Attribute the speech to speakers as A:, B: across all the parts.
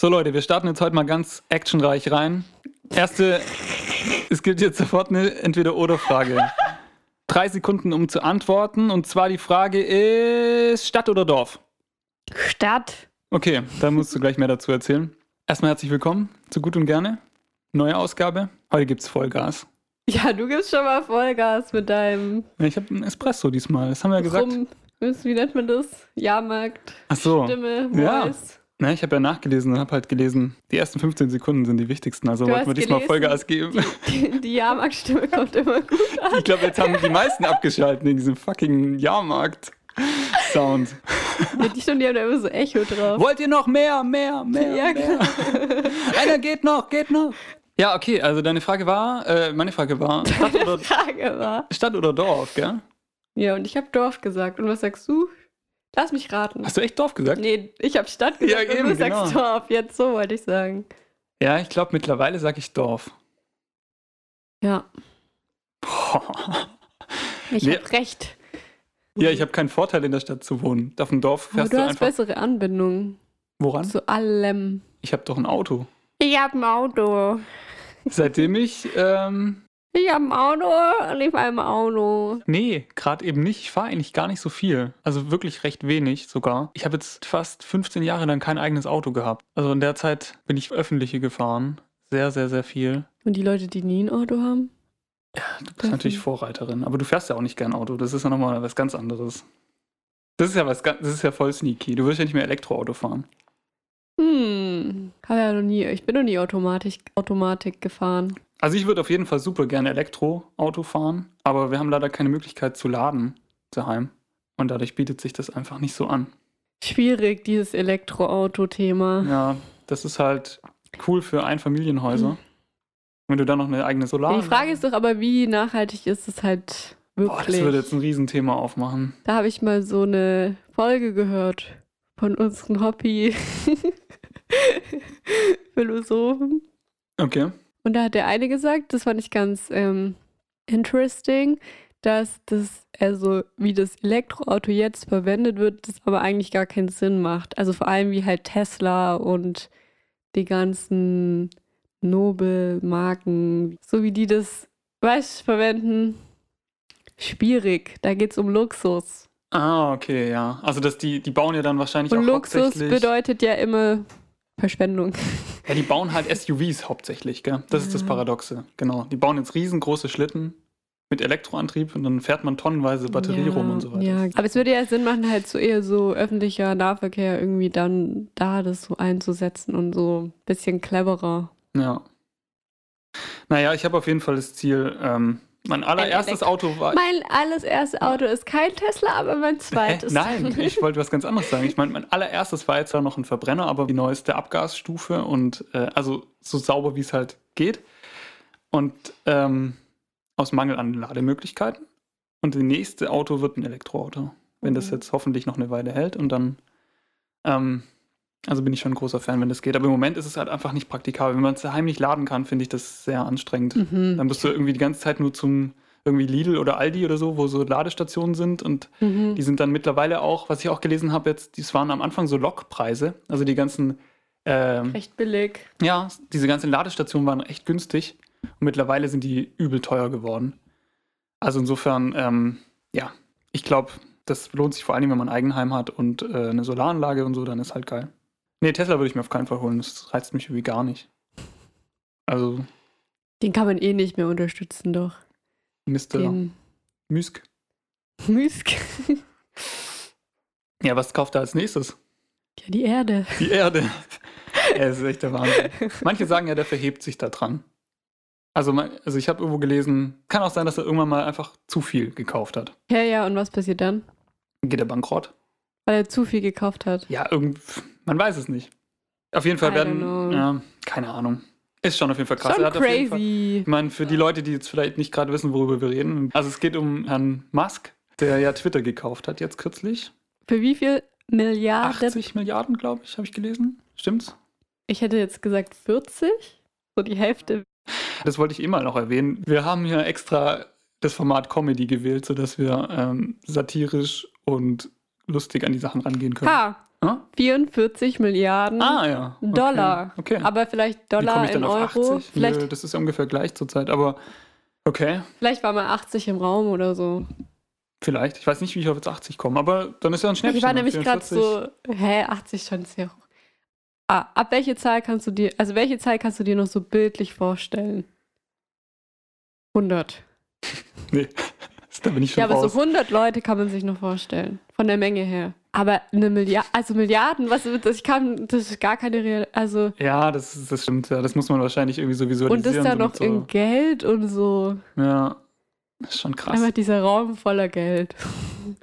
A: So Leute, wir starten jetzt heute mal ganz actionreich rein. Erste, es gilt jetzt sofort eine Entweder-Oder-Frage. Drei Sekunden, um zu antworten. Und zwar die Frage ist Stadt oder Dorf?
B: Stadt.
A: Okay, da musst du gleich mehr dazu erzählen. Erstmal herzlich willkommen zu Gut und Gerne. Neue Ausgabe. Heute gibt's Vollgas.
B: Ja, du gibst schon mal Vollgas mit deinem
A: Ja, Ich habe einen Espresso diesmal, das haben wir ja gesagt.
B: Rum. Wie nennt man das? Jahrmarkt,
A: Ach so.
B: Stimme,
A: Ja.
B: Voice.
A: Na, ich habe ja nachgelesen und habe halt gelesen, die ersten 15 Sekunden sind die wichtigsten, also
B: Du
A: wollten
B: hast
A: wir diesmal
B: gelesen.
A: Vollgas geben.
B: Die, die Jahrmarktstimme kommt immer gut.
A: Ich glaube, jetzt haben die meisten abgeschaltet in diesem fucking Jahrmarkt-Sound.
B: Ja, die Stimme, die haben da immer so Echo drauf.
A: Wollt ihr noch mehr, mehr, mehr?
B: Ja, genau.
A: mehr? Einer geht noch, geht noch. Ja, okay, also deine Frage war, äh, meine Frage war, Stadt oder,
B: Frage war.
A: Stadt oder Dorf, gell?
B: Ja, und ich habe Dorf gesagt. Und was sagst du? Lass mich raten.
A: Hast du echt Dorf gesagt?
B: Nee, ich habe Stadt gesagt
A: Ja,
B: und
A: eben,
B: du sagst
A: genau.
B: Dorf. Jetzt so wollte ich sagen.
A: Ja, ich glaube, mittlerweile sage ich Dorf.
B: Ja, ich
A: Nee.
B: habe recht.
A: Ja, ich habe keinen Vorteil, in der Stadt zu wohnen. Auf dem Dorf
B: Aber
A: fährst
B: du
A: du
B: hast
A: einfach.
B: bessere Anbindung
A: Woran?
B: zu allem.
A: Ich habe doch ein Auto.
B: Ich habe ein Auto.
A: Seitdem ich, ähm,
B: Ich habe ein Auto und ich fahre im Auto.
A: Nee, gerade eben nicht. Ich fahre eigentlich gar nicht so viel. Also wirklich recht wenig sogar. Ich habe jetzt fast 15 Jahre dann kein eigenes Auto gehabt. Also in der Zeit bin ich öffentliche gefahren. Sehr, sehr, sehr viel.
B: Und die Leute, die nie ein Auto haben?
A: Du bist natürlich Vorreiterin, aber du fährst ja auch nicht gern Auto. Das ist ja nochmal was ganz anderes. Das ist ja was ganz, das ist ja voll sneaky. Du wirst ja nicht mehr Elektroauto fahren.
B: Hm, habe ja noch nie. Ich bin noch nie Automatik, Automatik gefahren.
A: Also ich würde auf jeden Fall super gerne Elektroauto fahren, aber wir haben leider keine Möglichkeit zu laden daheim. Und dadurch bietet sich das einfach nicht so an.
B: Schwierig, dieses Elektroauto-Thema.
A: Ja, das ist halt cool für Einfamilienhäuser. Wenn du dann noch eine eigene Solar.
B: die Frage ist doch aber, wie nachhaltig ist es halt
A: Boah, das
B: wirklich?
A: würde jetzt ein Riesenthema aufmachen.
B: da habe ich mal so eine Folge gehört von unseren Hobby-Philosophen.
A: Okay.
B: Und da hat der eine gesagt, das fand ich ganz ähm, interesting, dass das, also wie das Elektroauto jetzt verwendet wird, das aber eigentlich gar keinen Sinn macht. Also vor allem wie halt Tesla und die ganzen Nobelmarken, so wie die das, weißt du, verwenden, schwierig. Da geht es um Luxus.
A: Ah, okay, ja. Also dass die, die bauen ja dann wahrscheinlich
B: Und
A: auch
B: Luxus
A: hauptsächlich.
B: bedeutet ja immer Verschwendung.
A: ja, die bauen halt SUVs hauptsächlich, gell? Das ist das
B: Ja.
A: Paradoxe. Genau. Die bauen jetzt riesengroße Schlitten mit Elektroantrieb und dann fährt man tonnenweise Batterie
B: ja,
A: rum und so weiter.
B: Ja. Aber es würde ja Sinn machen, halt so eher so öffentlicher Nahverkehr irgendwie dann da das so einzusetzen und so ein bisschen cleverer.
A: Ja. Naja, ich habe auf jeden Fall das Ziel. Ähm, mein allererstes
B: Elektro-
A: Auto war.
B: Mein alles erste Auto ist kein Tesla, aber mein
A: Hä?
B: zweites.
A: Nein, ich wollte was ganz anderes sagen. Ich meine, mein allererstes war jetzt zwar noch ein Verbrenner, aber die neueste Abgasstufe und äh, also so sauber, wie es halt geht. Und ähm, aus Mangel an Lademöglichkeiten. Und das nächste Auto wird ein Elektroauto, wenn das
B: Mhm.
A: jetzt hoffentlich noch eine Weile hält. Und dann, ähm, also bin ich schon ein großer Fan, wenn das geht. Aber im Moment ist es halt einfach nicht praktikabel. Wenn man es daheim nicht laden kann, finde ich das sehr anstrengend. Dann
B: Mhm.
A: musst du irgendwie die ganze Zeit nur zum irgendwie Lidl oder Aldi oder so, wo so Ladestationen sind und
B: Mhm.
A: die sind dann mittlerweile auch, was ich auch gelesen habe jetzt, das waren am Anfang so Lokpreise. Also die ganzen, ähm,
B: Recht billig.
A: ja, diese ganzen Ladestationen waren echt günstig. Und mittlerweile sind die übel teuer geworden. Also insofern, ähm, ja, ich glaube, das lohnt sich vor allem, wenn man ein Eigenheim hat und äh, eine Solaranlage und so, dann ist halt geil. Nee, Tesla würde ich mir auf keinen Fall holen. Das reizt mich irgendwie gar nicht. Also,
B: Den kann man eh nicht mehr unterstützen, doch.
A: Mr.
B: Den
A: Müsk.
B: Müsk.
A: Ja, was kauft er als nächstes?
B: Ja, die Erde.
A: Die Erde. Er ist echt der Wahnsinn. Manche sagen ja, der verhebt sich da dran. Also, man- also ich habe irgendwo gelesen, kann auch sein, dass er irgendwann mal einfach zu viel gekauft hat.
B: Ja, ja, und was passiert dann?
A: Geht er bankrott?
B: Weil er zu viel gekauft hat.
A: Ja, irgend, man weiß es nicht. Auf jeden
B: I
A: Fall
B: don't
A: werden,
B: know.
A: ja, keine Ahnung. Ist schon auf jeden Fall krass.
B: Schon
A: Er hat Auf jeden Fall,
B: crazy.
A: ich meine, für die Leute, die jetzt vielleicht nicht gerade wissen, worüber wir reden. Also es geht um Herrn Musk, der ja Twitter gekauft hat jetzt kürzlich.
B: Für wie viel Milliarden?
A: 80 Milliarden, glaube ich, habe ich gelesen. Stimmt's?
B: Ich hätte jetzt gesagt 40. So die Hälfte
A: Das wollte ich immer noch erwähnen. Wir haben hier extra das Format Comedy gewählt, sodass wir ähm, satirisch und lustig an die Sachen rangehen können.
B: Ha,
A: Hä?
B: 44 Milliarden
A: Ah, ja. Okay.
B: Dollar.
A: Okay.
B: Aber vielleicht
A: Wie komme
B: Dollar
A: ich dann
B: in
A: auf
B: Euro.
A: 80?
B: Vielleicht,
A: Nö, das ist ja ungefähr gleich zurzeit, aber okay,
B: vielleicht war mal 80 im Raum oder so.
A: vielleicht. Ich weiß nicht, wie ich auf jetzt 80 komme, aber dann ist ja ein Schnäppchen.
B: ich war
A: ne?
B: nämlich gerade
A: 44.
B: so, hä, 80 schon sehr hoch. Ah, ab welche Zahl kannst du dir, also welche Zahl kannst du dir noch so bildlich vorstellen? 100.
A: Nee, da bin ich schon
B: Ja, aber
A: raus.
B: so 100 Leute kann man sich noch vorstellen, von der Menge her. Aber eine Milliarde, also Milliarden, was, das, kann, das ist gar keine, Real, also
A: ja, das, ist- das stimmt. Ja, das muss man wahrscheinlich irgendwie so visualisieren.
B: und das dann
A: so
B: noch
A: mit so,
B: in Geld und so.
A: Ja, das ist schon krass.
B: Einfach dieser Raum voller Geld.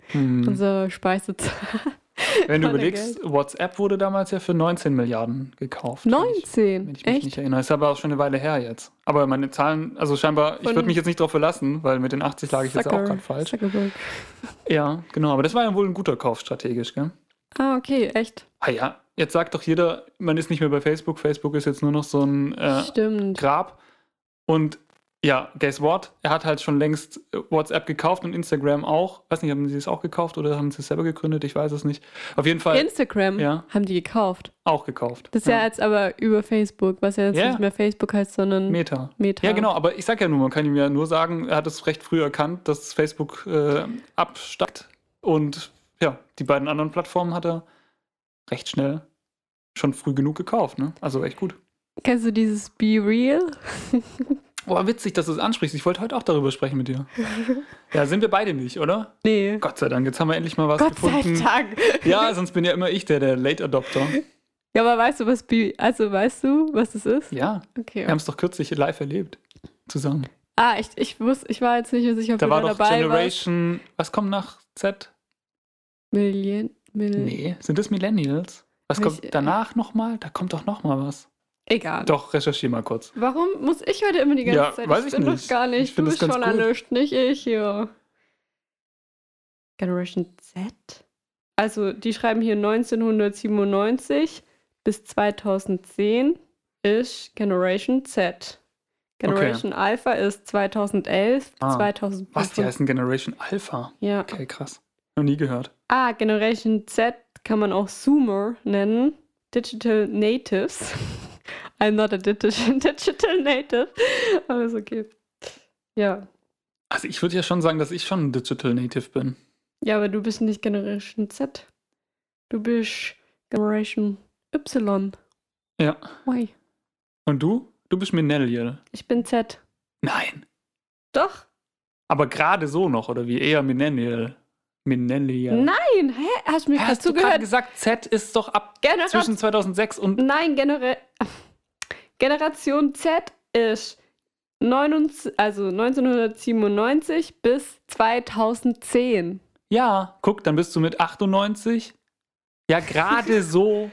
A: Hm.
B: Unsere Speisezahl.
A: Wenn du
B: voller
A: überlegst, WhatsApp wurde damals ja für 19 Milliarden gekauft. wenn ich-
B: 19.
A: Wenn ich mich
B: Echt?
A: nicht erinnere. Ist aber auch schon eine Weile her jetzt. Aber meine Zahlen, also scheinbar, ich
B: Von-
A: würde mich jetzt nicht drauf verlassen, weil mit den 80 lag ich jetzt auch
B: Zucker-
A: gerade falsch.
B: Zuckerberg.
A: Ja, genau. Aber das war ja wohl ein guter Kauf strategisch, gell?
B: Ah, okay, echt.
A: Ah ja, jetzt sagt doch jeder, man ist nicht mehr bei Facebook. Facebook ist jetzt nur noch so ein äh,
B: Stimmt.
A: Grab. Und ja, guess what? Er hat halt schon längst äh, WhatsApp gekauft und Instagram auch. Weiß nicht, haben sie es auch gekauft oder haben sie es selber gegründet? Ich weiß es nicht. Auf jeden Fall
B: Instagram
A: Ja.
B: haben die gekauft.
A: auch gekauft.
B: Das ist ja. jetzt aber über Facebook, was ja jetzt
A: Ja.
B: nicht mehr Facebook heißt, sondern
A: Meta.
B: Meta.
A: Ja, genau, aber ich sag ja nur, man kann ihm ja nur sagen, er hat es recht früh erkannt, dass Facebook äh, absteigt. Und ja, die beiden anderen Plattformen hat er recht schnell schon früh genug gekauft, ne? Also echt gut.
B: Kennst du dieses Be Real?
A: Boah, witzig, dass du es ansprichst. Ich wollte heute auch darüber sprechen mit dir. Ja, sind wir beide nicht, oder?
B: Nee.
A: Gott sei Dank, jetzt haben wir endlich mal was
B: Gott
A: gefunden.
B: sei Dank.
A: Ja, sonst bin ja immer ich der, der Late Adopter.
B: Ja, aber weißt du, was Be also weißt du, was es ist?
A: Ja,
B: Okay.
A: wir haben es doch kürzlich live erlebt. Zusammen.
B: Ah, ich, ich wusste, ich war jetzt nicht mehr sicher, ob
A: Da
B: du
A: war
B: da
A: doch
B: dabei warst.
A: Generation. Was kommt nach Z?
B: Million, Million.
A: Nee, sind das Millennials? Was
B: Hab
A: kommt
B: Hm. ich- äh,
A: danach nochmal? Da kommt doch nochmal was.
B: Egal.
A: Doch, recherchier mal kurz.
B: Warum muss ich heute immer die ganze
A: Ja,
B: Zeit?
A: weiß ich
B: bin
A: nicht.
B: doch gar nicht.
A: Ich
B: du
A: find das
B: bist
A: ganz
B: schon
A: gut.
B: erlöscht, nicht ich hier. Generation Z? Also, die schreiben hier 1997 bis 2010 ist Generation Z. Generation Alpha ist 2011,
A: Ah.
B: 2005.
A: Was, die heißen Generation Alpha?
B: Ja.
A: Okay, krass. Noch nie gehört.
B: Ah, Generation Z kann man auch Zoomer nennen. Digital Natives. I'm not a digital, digital native. Aber ist okay. Ja.
A: Also ich würde ja schon sagen, dass ich schon ein Digital Native bin.
B: Ja, aber du bist nicht Generation Z. Du bist Generation Y.
A: Ja.
B: Why?
A: Und du? Du bist Millennial.
B: Ich bin Z.
A: Nein.
B: Doch.
A: Aber gerade so noch, oder wie? Eher Millennial. Millennial.
B: Nein. Hä? Hast du mir gerade
A: Hast du gerade
B: zugehört?
A: gesagt, Z ist doch ab
B: Generation
A: zwischen 2006 und...
B: Nein, genere Generation Z ist 29, also 1997 bis 2010.
A: Ja, guck, dann bist du mit 98. Ja, gerade so.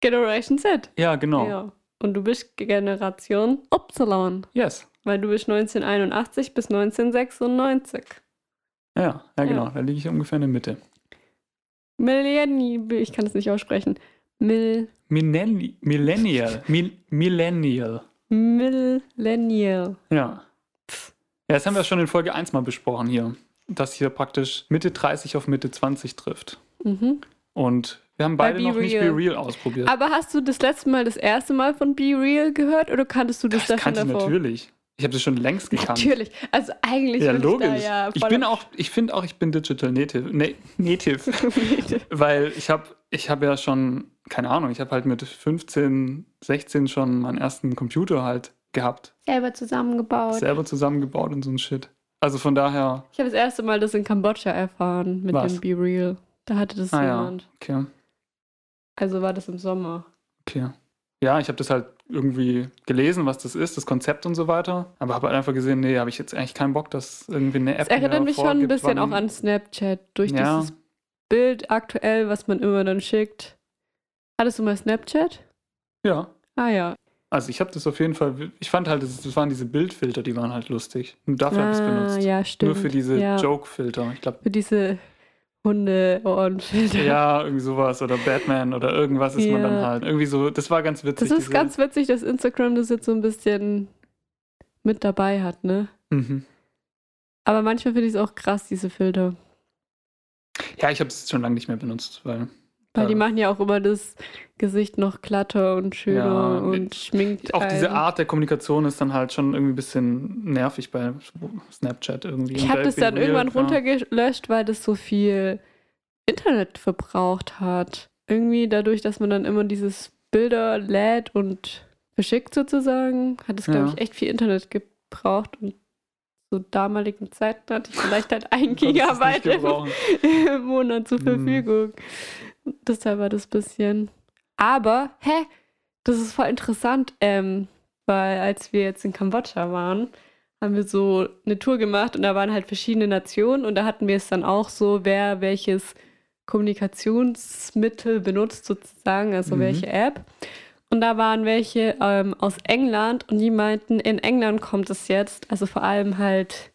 B: Generation Z.
A: Ja, genau.
B: Ja. Und du bist Generation Y,
A: Yes.
B: weil du bist 1981 bis 1996.
A: Ja, ja, genau. Da liege ich ungefähr in der Mitte.
B: Millennial, ich kann es nicht aussprechen. Mil,
A: Millenni Millennial. Mil Millennial.
B: Millennial.
A: Ja. Ja, das haben wir schon in Folge 1 mal besprochen hier. Dass hier praktisch Mitte 30 auf Mitte 20 trifft.
B: Mhm.
A: Und wir haben
B: Bei
A: beide
B: Be
A: noch nicht Be
B: Real.
A: Real ausprobiert.
B: Aber hast du das letzte Mal das erste Mal von Be Real gehört oder kanntest du das, da
A: das
B: schon
A: kannte ich
B: davor?
A: natürlich. Ich habe das schon längst gekannt.
B: Natürlich. Also eigentlich
A: ja,
B: bin
A: logisch.
B: ich da ja
A: ich
B: voll
A: bin auch, ich finde auch, ich bin Digital Native. Na- Native.
B: Native.
A: Weil ich habe ich hab ja schon, keine Ahnung, ich habe halt mit 15, 16 schon meinen ersten Computer halt gehabt.
B: selber zusammengebaut.
A: selber zusammengebaut und so ein Shit. Also von daher,
B: Ich habe das erste Mal das in Kambodscha erfahren mit
A: Was?
B: dem Be Real. Da hatte das
A: ah ja,
B: jemand.
A: okay,
B: Also war das im Sommer.
A: okay. Ja, ich habe das halt irgendwie gelesen, was das ist, das Konzept und so weiter. Aber habe halt einfach gesehen, nee, habe ich jetzt eigentlich keinen Bock, dass irgendwie eine App.
B: Es erinnert
A: mir
B: mich schon ein
A: vorgibt,
B: bisschen auch
A: wann-
B: an Snapchat durch
A: Ja.
B: dieses Bild aktuell, was man immer dann schickt. Hattest du mal Snapchat?
A: Ja,
B: Ah ja.
A: also ich habe das auf jeden Fall. Ich fand halt, das das waren diese Bildfilter, die waren halt lustig. Nur dafür habe ich es
B: ah,
A: benutzt.
B: ja, stimmt.
A: Nur für diese
B: ja.
A: Joke-Filter. Ich glaube,
B: Für diese Hunde und
A: ja, irgendwie sowas oder Batman oder irgendwas ist man
B: Ja.
A: dann halt. Irgendwie so, das war ganz witzig.
B: Das ist
A: diese-
B: ganz witzig, dass Instagram das jetzt so ein bisschen mit dabei hat, ne?
A: Mhm.
B: Aber manchmal finde ich es auch krass, diese Filter.
A: Ja, ich habe es schon lange nicht mehr benutzt, weil
B: Weil die machen ja auch immer das Gesicht noch glatter und schöner
A: Ja,
B: und schminkt.
A: Auch diese
B: einen.
A: Art der Kommunikation ist dann halt schon irgendwie ein bisschen nervig bei Snapchat irgendwie.
B: Ich
A: Und
B: habe
A: bei
B: das dann
A: BeReal,
B: irgendwann
A: klar.
B: runtergelöscht, weil das so viel Internet verbraucht hat. Irgendwie dadurch, dass man dann immer dieses Bilder lädt und verschickt sozusagen, hat es, glaube
A: Ja.
B: ich, echt viel Internet gebraucht. Und zu damaligen Zeiten hatte ich vielleicht halt ein
A: Konntest du es nicht
B: Gigabyte im,
A: gebrauchen.
B: im Monat zur
A: Hm.
B: Verfügung. Deshalb war das ein bisschen. Aber, hä, das ist voll interessant, ähm, weil als wir jetzt in Kambodscha waren, haben wir so eine Tour gemacht und da waren halt verschiedene Nationen und da hatten wir es dann auch so, wer welches Kommunikationsmittel benutzt sozusagen, also
A: Mhm.
B: welche App. Und da waren welche ähm, aus England und die meinten, in England kommt es jetzt, also vor allem halt,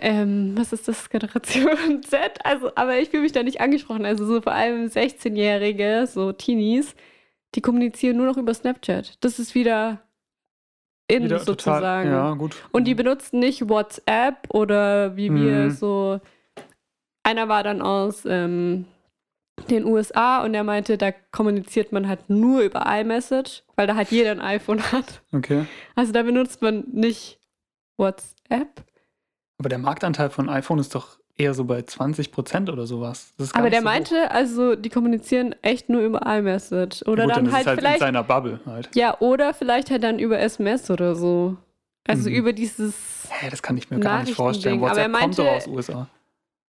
B: ähm, was ist das, Generation Z? Also, aber ich fühle mich da nicht angesprochen, also so vor allem 16-Jährige, so Teenies, die kommunizieren nur noch über Snapchat. Das ist wieder in
A: Wieder
B: sozusagen.
A: Total, ja, gut.
B: Und die benutzen nicht WhatsApp oder wie wir
A: Mhm.
B: so. Einer war dann aus ähm, den USA und er meinte, da kommuniziert man halt nur über iMessage, weil da halt jeder ein iPhone hat.
A: Okay.
B: Also da benutzt man nicht WhatsApp.
A: Aber der Marktanteil von iPhone ist doch eher so bei 20 Prozent oder sowas. Das ist gar
B: Aber
A: nicht
B: der
A: so hoch.
B: meinte, also die kommunizieren echt nur über iMessage. Oder
A: ja, gut,
B: dann,
A: dann ist
B: halt,
A: es halt in
B: vielleicht.
A: seiner Bubble halt.
B: Ja, oder vielleicht halt dann über SMS oder so. Also
A: Mhm.
B: über dieses.
A: Hä, das kann ich mir gar nicht vorstellen.
B: Nachrichtending. Aber
A: WhatsApp
B: er meinte-
A: kommt doch aus USA.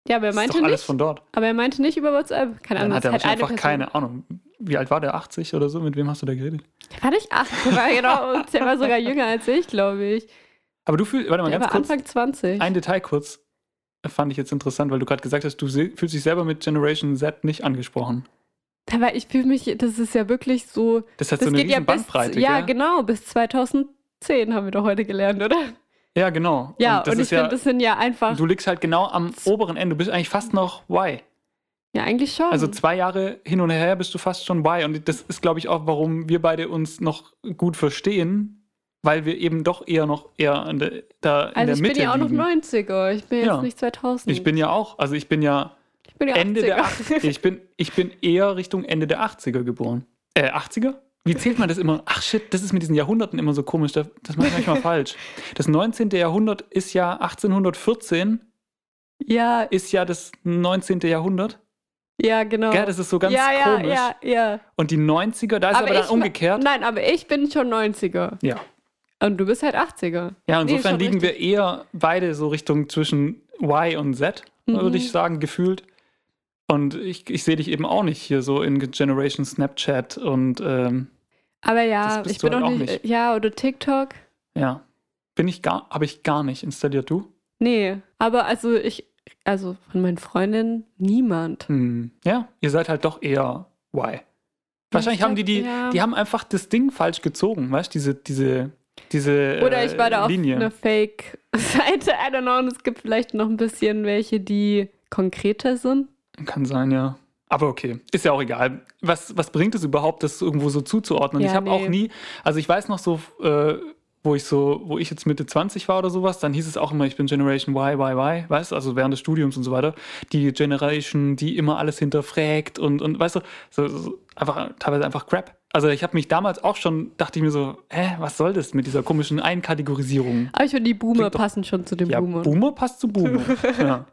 B: Ja, aber er
A: Das ist
B: meinte
A: doch alles
B: nicht.
A: von dort.
B: Aber er meinte nicht über WhatsApp. Keine
A: Dann
B: Ahnung.
A: hat
B: das
A: er
B: ist halt eine
A: wahrscheinlich einfach
B: Person.
A: keine Ahnung. Wie alt war der? 80 oder so? Mit wem hast du da geredet?
B: War nicht acht, der war genau, und der war sogar jünger als ich, glaube ich.
A: Aber du fühlst, warte mal
B: Der
A: ganz
B: war
A: kurz.
B: Anfang 20.
A: Ein Detail kurz äh, fand ich jetzt interessant, weil du gerade gesagt hast, du se- fühlst dich selber mit Generation Z nicht angesprochen.
B: Aber ich fühle mich, das ist ja wirklich so,
A: Das hat
B: das
A: so eine
B: geht
A: riesen
B: ja bis,
A: Bandbreite.
B: ja
A: gell?
B: genau, bis 2010 haben wir doch heute gelernt, oder?
A: ja, genau.
B: Ja,
A: und
B: und,
A: das
B: ich
A: ist ja,
B: finde, das sind ja einfach,
A: du liegst halt genau am oberen Ende. Du bist eigentlich fast noch Y.
B: ja eigentlich schon.
A: Also zwei Jahre hin und her bist du fast schon Y. Und das ist, glaube ich, auch, warum wir beide uns noch gut verstehen, weil wir eben doch eher noch eher in der, da in
B: also
A: der
B: ich
A: Mitte
B: bin ja auch noch
A: liegen.
B: 90er, ich bin jetzt
A: Ja.
B: nicht 2000.
A: Ich bin ja auch, also ich bin ja
B: ich bin ja
A: Ende
B: 80er.
A: der 80er. Ich bin, ich bin eher Richtung Ende der 80er geboren. Äh, 80er? Wie zählt man das immer? Ach shit, das ist mit diesen Jahrhunderten immer so komisch. Das, das mache ich manchmal falsch. Das 19. Jahrhundert ist ja 1814,
B: ja,
A: ist ja das 19. Jahrhundert.
B: ja, genau.
A: Gell, das ist so ganz
B: ja, ja,
A: komisch.
B: ja, ja.
A: Und die 90er, da ist aber, dann
B: ich-
A: umgekehrt.
B: Nein, aber ich bin schon 90er.
A: Ja.
B: Und du bist halt 80er.
A: Ja,
B: Nee,
A: insofern
B: schon
A: liegen wir eher beide so Richtung zwischen Y und Z,
B: Mhm.
A: würde ich sagen, gefühlt. Und ich, ich sehe dich eben auch nicht hier so in Generation Snapchat und ähm,
B: Aber
A: Das
B: ja,
A: bist
B: ich
A: du
B: bin
A: halt
B: auch
A: auch
B: nicht,
A: nicht.
B: Ja, oder TikTok.
A: Ja. Bin ich gar, habe ich gar nicht installiert, du?
B: Nee, aber also ich, also von meinen Freundinnen niemand.
A: Hm. Ja, ihr seid halt doch eher Y. Wahrscheinlich
B: Ja,
A: haben die die,
B: ja.
A: die haben einfach das Ding falsch gezogen, weißt du, diese, diese, diese
B: Oder ich war da
A: äh,
B: auf
A: Linie.
B: einer Fake-Seite, I don't know, und es gibt vielleicht noch ein bisschen welche, die konkreter sind.
A: Kann sein, ja. Aber okay, ist ja auch egal. Was, was bringt es überhaupt, das irgendwo so zuzuordnen?
B: Ja,
A: ich habe auch
B: nee.
A: nie, also ich weiß noch so, äh, wo ich so, wo ich jetzt Mitte 20 war oder sowas, dann hieß es auch immer, ich bin Generation Y, Y, Y, weißt du, also während des Studiums und so weiter. Die Generation, die immer alles hinterfragt und, und weißt du, so, so einfach teilweise einfach Crap. Also ich habe mich damals auch schon, dachte ich mir so, hä, was soll das mit dieser komischen Einkategorisierung?
B: Aber ich finde, die Boomer
A: Klingt doch-
B: passen schon zu den
A: Ja,
B: Boomern.
A: Boomer passt zu Boomer. ja.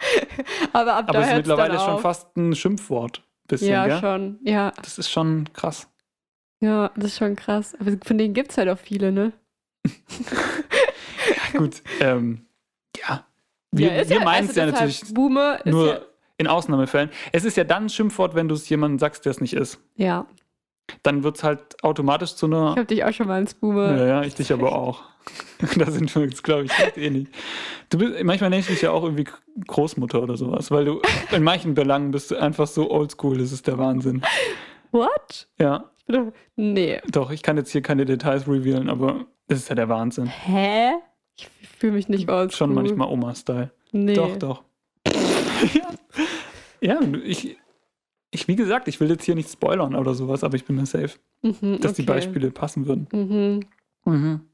B: aber ab
A: Aber
B: da
A: es ist
B: hört
A: mittlerweile
B: dann
A: schon
B: auf.
A: fast ein Schimpfwort. Bisschen,
B: Ja,
A: gell?
B: schon. Ja,
A: Das ist schon krass.
B: ja, das ist schon krass. Aber von denen gibt es halt auch viele, ne?
A: Gut, ähm, ja. Wir,
B: ja, ist
A: wir
B: ja,
A: meinen es
B: also
A: ja
B: deshalb,
A: natürlich
B: Boomer ist
A: nur in Ausnahmefällen. Es ist ja dann ein Schimpfwort, wenn du es jemandem sagst, der es nicht ist.
B: ja. Ja,
A: Dann wird es halt automatisch zu
B: ich
A: einer.
B: habe dich auch schon mal als
A: Ja,
B: Boomer.
A: ja, ich dich aber auch. da sind wir uns, glaube ich, echt ähnlich. Du bist, manchmal nennst du dich ja auch irgendwie Großmutter oder sowas, weil du in manchen Belangen bist du einfach so oldschool, das ist der Wahnsinn.
B: What?
A: Ja,
B: Ich bin doch- Nee.
A: doch, ich kann jetzt hier keine Details revealen, aber das ist ja der Wahnsinn.
B: Hä? Ich fühle mich nicht aus.
A: Schon manchmal Oma-Style.
B: Nee.
A: Doch, doch. ja. ja, ich, ich, wie gesagt, ich will jetzt hier nicht spoilern oder sowas, aber ich bin mir safe,
B: Mhm,
A: dass die
B: okay.
A: Beispiele passen würden.
B: Mhm.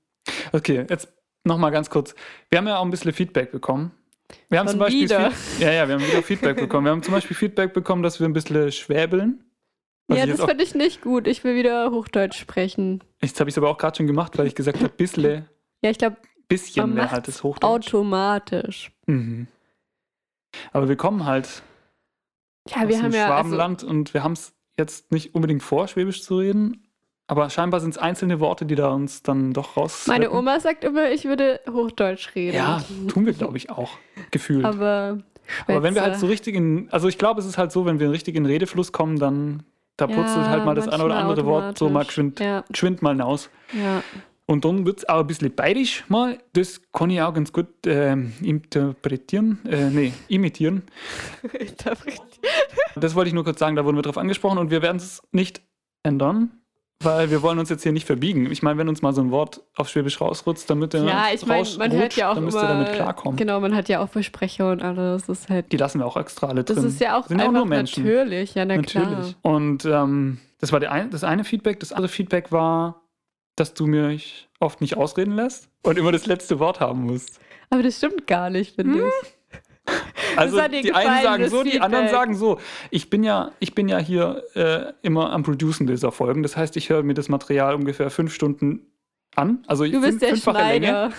A: Okay, jetzt nochmal ganz kurz. Wir haben ja auch ein bisschen Feedback bekommen Wir haben
B: Schon
A: zum Beispiel
B: wieder.
A: Feed- ja, ja, wir haben wieder Feedback bekommen. Wir haben zum Beispiel Feedback bekommen, dass wir ein bisschen schwäbeln. Was
B: ja,
A: ich Also jetzt
B: das
A: auch-
B: finde ich nicht gut. Ich will wieder Hochdeutsch sprechen.
A: Jetzt habe ich es aber auch gerade schon gemacht, weil ich gesagt habe, bissle,
B: Ja, ich glaube, Man
A: bisschen wäre
B: macht's
A: halt das Hochdeutsch.
B: automatisch.
A: Mhm. Aber wir kommen halt
B: Ja,
A: aus
B: wir
A: dem
B: haben ja. Also,
A: Schwabenland und wir haben es jetzt nicht unbedingt vor, Schwäbisch zu reden, aber scheinbar sind es einzelne Worte, die da uns dann doch raus.
B: meine Oma sagt immer, ich würde Hochdeutsch reden.
A: Ja, tun wir, glaube ich, auch. Gefühlt. Aber,
B: Aber,
A: wenn wir halt so
B: Schwätze.
A: richtig in. Also ich glaube, es ist halt so, wenn wir richtig in Redefluss kommen, dann da putzelt
B: Ja,
A: halt mal das ein oder
B: manchmal
A: andere Wort so mal geschwind,
B: Ja,
A: geschwind mal hinaus.
B: ja.
A: Und dann wird es auch ein bisschen bayerisch mal. Das kann ich auch ganz gut ähm, interpretieren. Äh, nee, imitieren. Das wollte ich nur kurz sagen, da wurden wir drauf angesprochen und wir werden es nicht ändern, weil wir wollen uns jetzt hier nicht verbiegen. Ich meine, wenn uns mal so ein Wort auf Schwäbisch rausrutscht, damit der
B: ja, ich meine, man hört ja auch
A: dann müsst
B: immer.
A: ihr damit klarkommen.
B: Genau, man hat ja auch Versprecher und alles. Das ist halt.
A: Die lassen wir auch extra alle drin.
B: Das ist ja auch
A: Sind ja auch
B: einfach
A: nur Menschen.
B: natürlich. Ja, na klar.
A: Natürlich. Und ähm, das war der ein, das eine Feedback. Das andere Feedback war, dass du mich oft nicht ausreden lässt und immer das letzte Wort haben musst.
B: Aber das stimmt gar nicht, finde
A: Hm?
B: ich.
A: Also
B: hat dir
A: die einen
B: gefallen,
A: sagen
B: das
A: so, die anderen
B: Feedback.
A: sagen so. Ich bin ja, ich bin ja hier äh, immer am Producen dieser Folgen. Das heißt, ich höre mir das Material ungefähr fünf Stunden an. Also
B: Du bist
A: fünf,
B: der
A: fünffache Länge.
B: Schneider.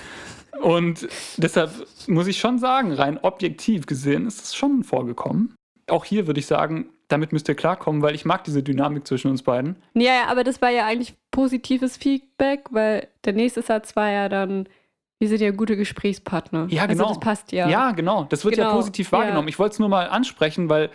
A: Und deshalb muss ich schon sagen, rein objektiv gesehen ist es schon vorgekommen. Auch hier würde ich sagen, damit müsst ihr klarkommen, weil ich mag diese Dynamik zwischen uns beiden.
B: Ja, ja, aber das war ja eigentlich positives Feedback, weil der nächste Satz war ja dann, wir sind ja gute Gesprächspartner.
A: Ja, genau.
B: Also das passt ja.
A: Ja, genau. Das wird ja
B: Genau,
A: positiv
B: ja.
A: wahrgenommen. Ich wollte es nur mal ansprechen, weil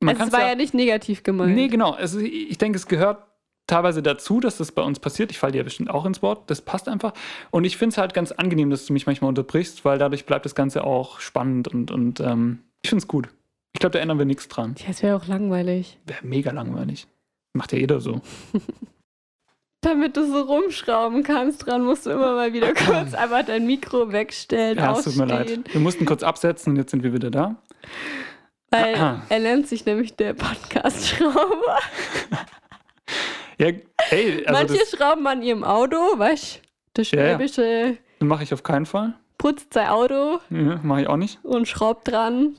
A: man
B: also
A: kann
B: es war ja, nicht negativ gemeint.
A: Nee, genau. Also ich ich denke, es gehört teilweise dazu, dass das bei uns passiert. Ich falle dir ja bestimmt auch ins Wort. Das passt einfach. Und ich finde es halt ganz angenehm, dass du mich manchmal unterbrichst, weil dadurch bleibt das Ganze auch spannend und, und ähm, ich finde es gut. Ich glaube, da ändern wir nichts dran.
B: ja, es wäre auch langweilig.
A: Wäre mega langweilig. Macht ja jeder so.
B: Damit du so rumschrauben kannst, dran musst du immer mal wieder kurz einfach dein Mikro wegstellen,
A: Ja, es tut
B: ausstehen.
A: mir leid. Wir mussten kurz absetzen und jetzt sind wir wieder da.
B: Weil er nennt sich nämlich der Podcast-Schrauber.
A: Ja, hey, also
B: Manche
A: das
B: schrauben an ihrem Auto, weißt du? Der
A: Ja, ja.
B: schwäbische
A: mache ich auf keinen Fall.
B: putzt sein Auto
A: Ja, mache ich auch nicht.
B: und schraubt dran.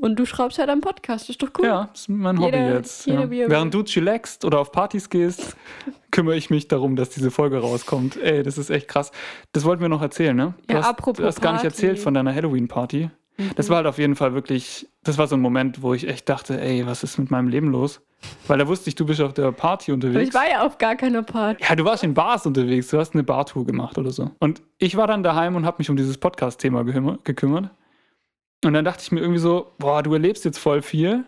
B: Und du schraubst halt am Podcast, ist doch cool.
A: Ja, das ist mein Hobby
B: Jeder-
A: jetzt.
B: jeder
A: Ja.
B: wie er
A: Während du chillaxst oder auf Partys gehst, kümmere ich mich darum, dass diese Folge rauskommt. Ey, das ist echt krass. Das wollten wir noch erzählen, ne? Du
B: Ja,
A: hast,
B: apropos
A: Du hast gar nicht
B: Party. Mhm.
A: erzählt von deiner Halloween-Party. Das war halt auf jeden Fall wirklich, das war so ein Moment, wo ich echt dachte, ey, was ist mit meinem Leben los? Weil da wusste ich, du bist auf der Party
B: Aber
A: unterwegs.
B: ich war ja auf gar keiner Party.
A: Ja, du warst in Bars unterwegs, du hast eine Bartour gemacht oder so. Und ich war dann daheim und habe mich um dieses Podcast-Thema gehüm- gekümmert. Und dann dachte ich mir irgendwie so, boah, du erlebst jetzt voll viel.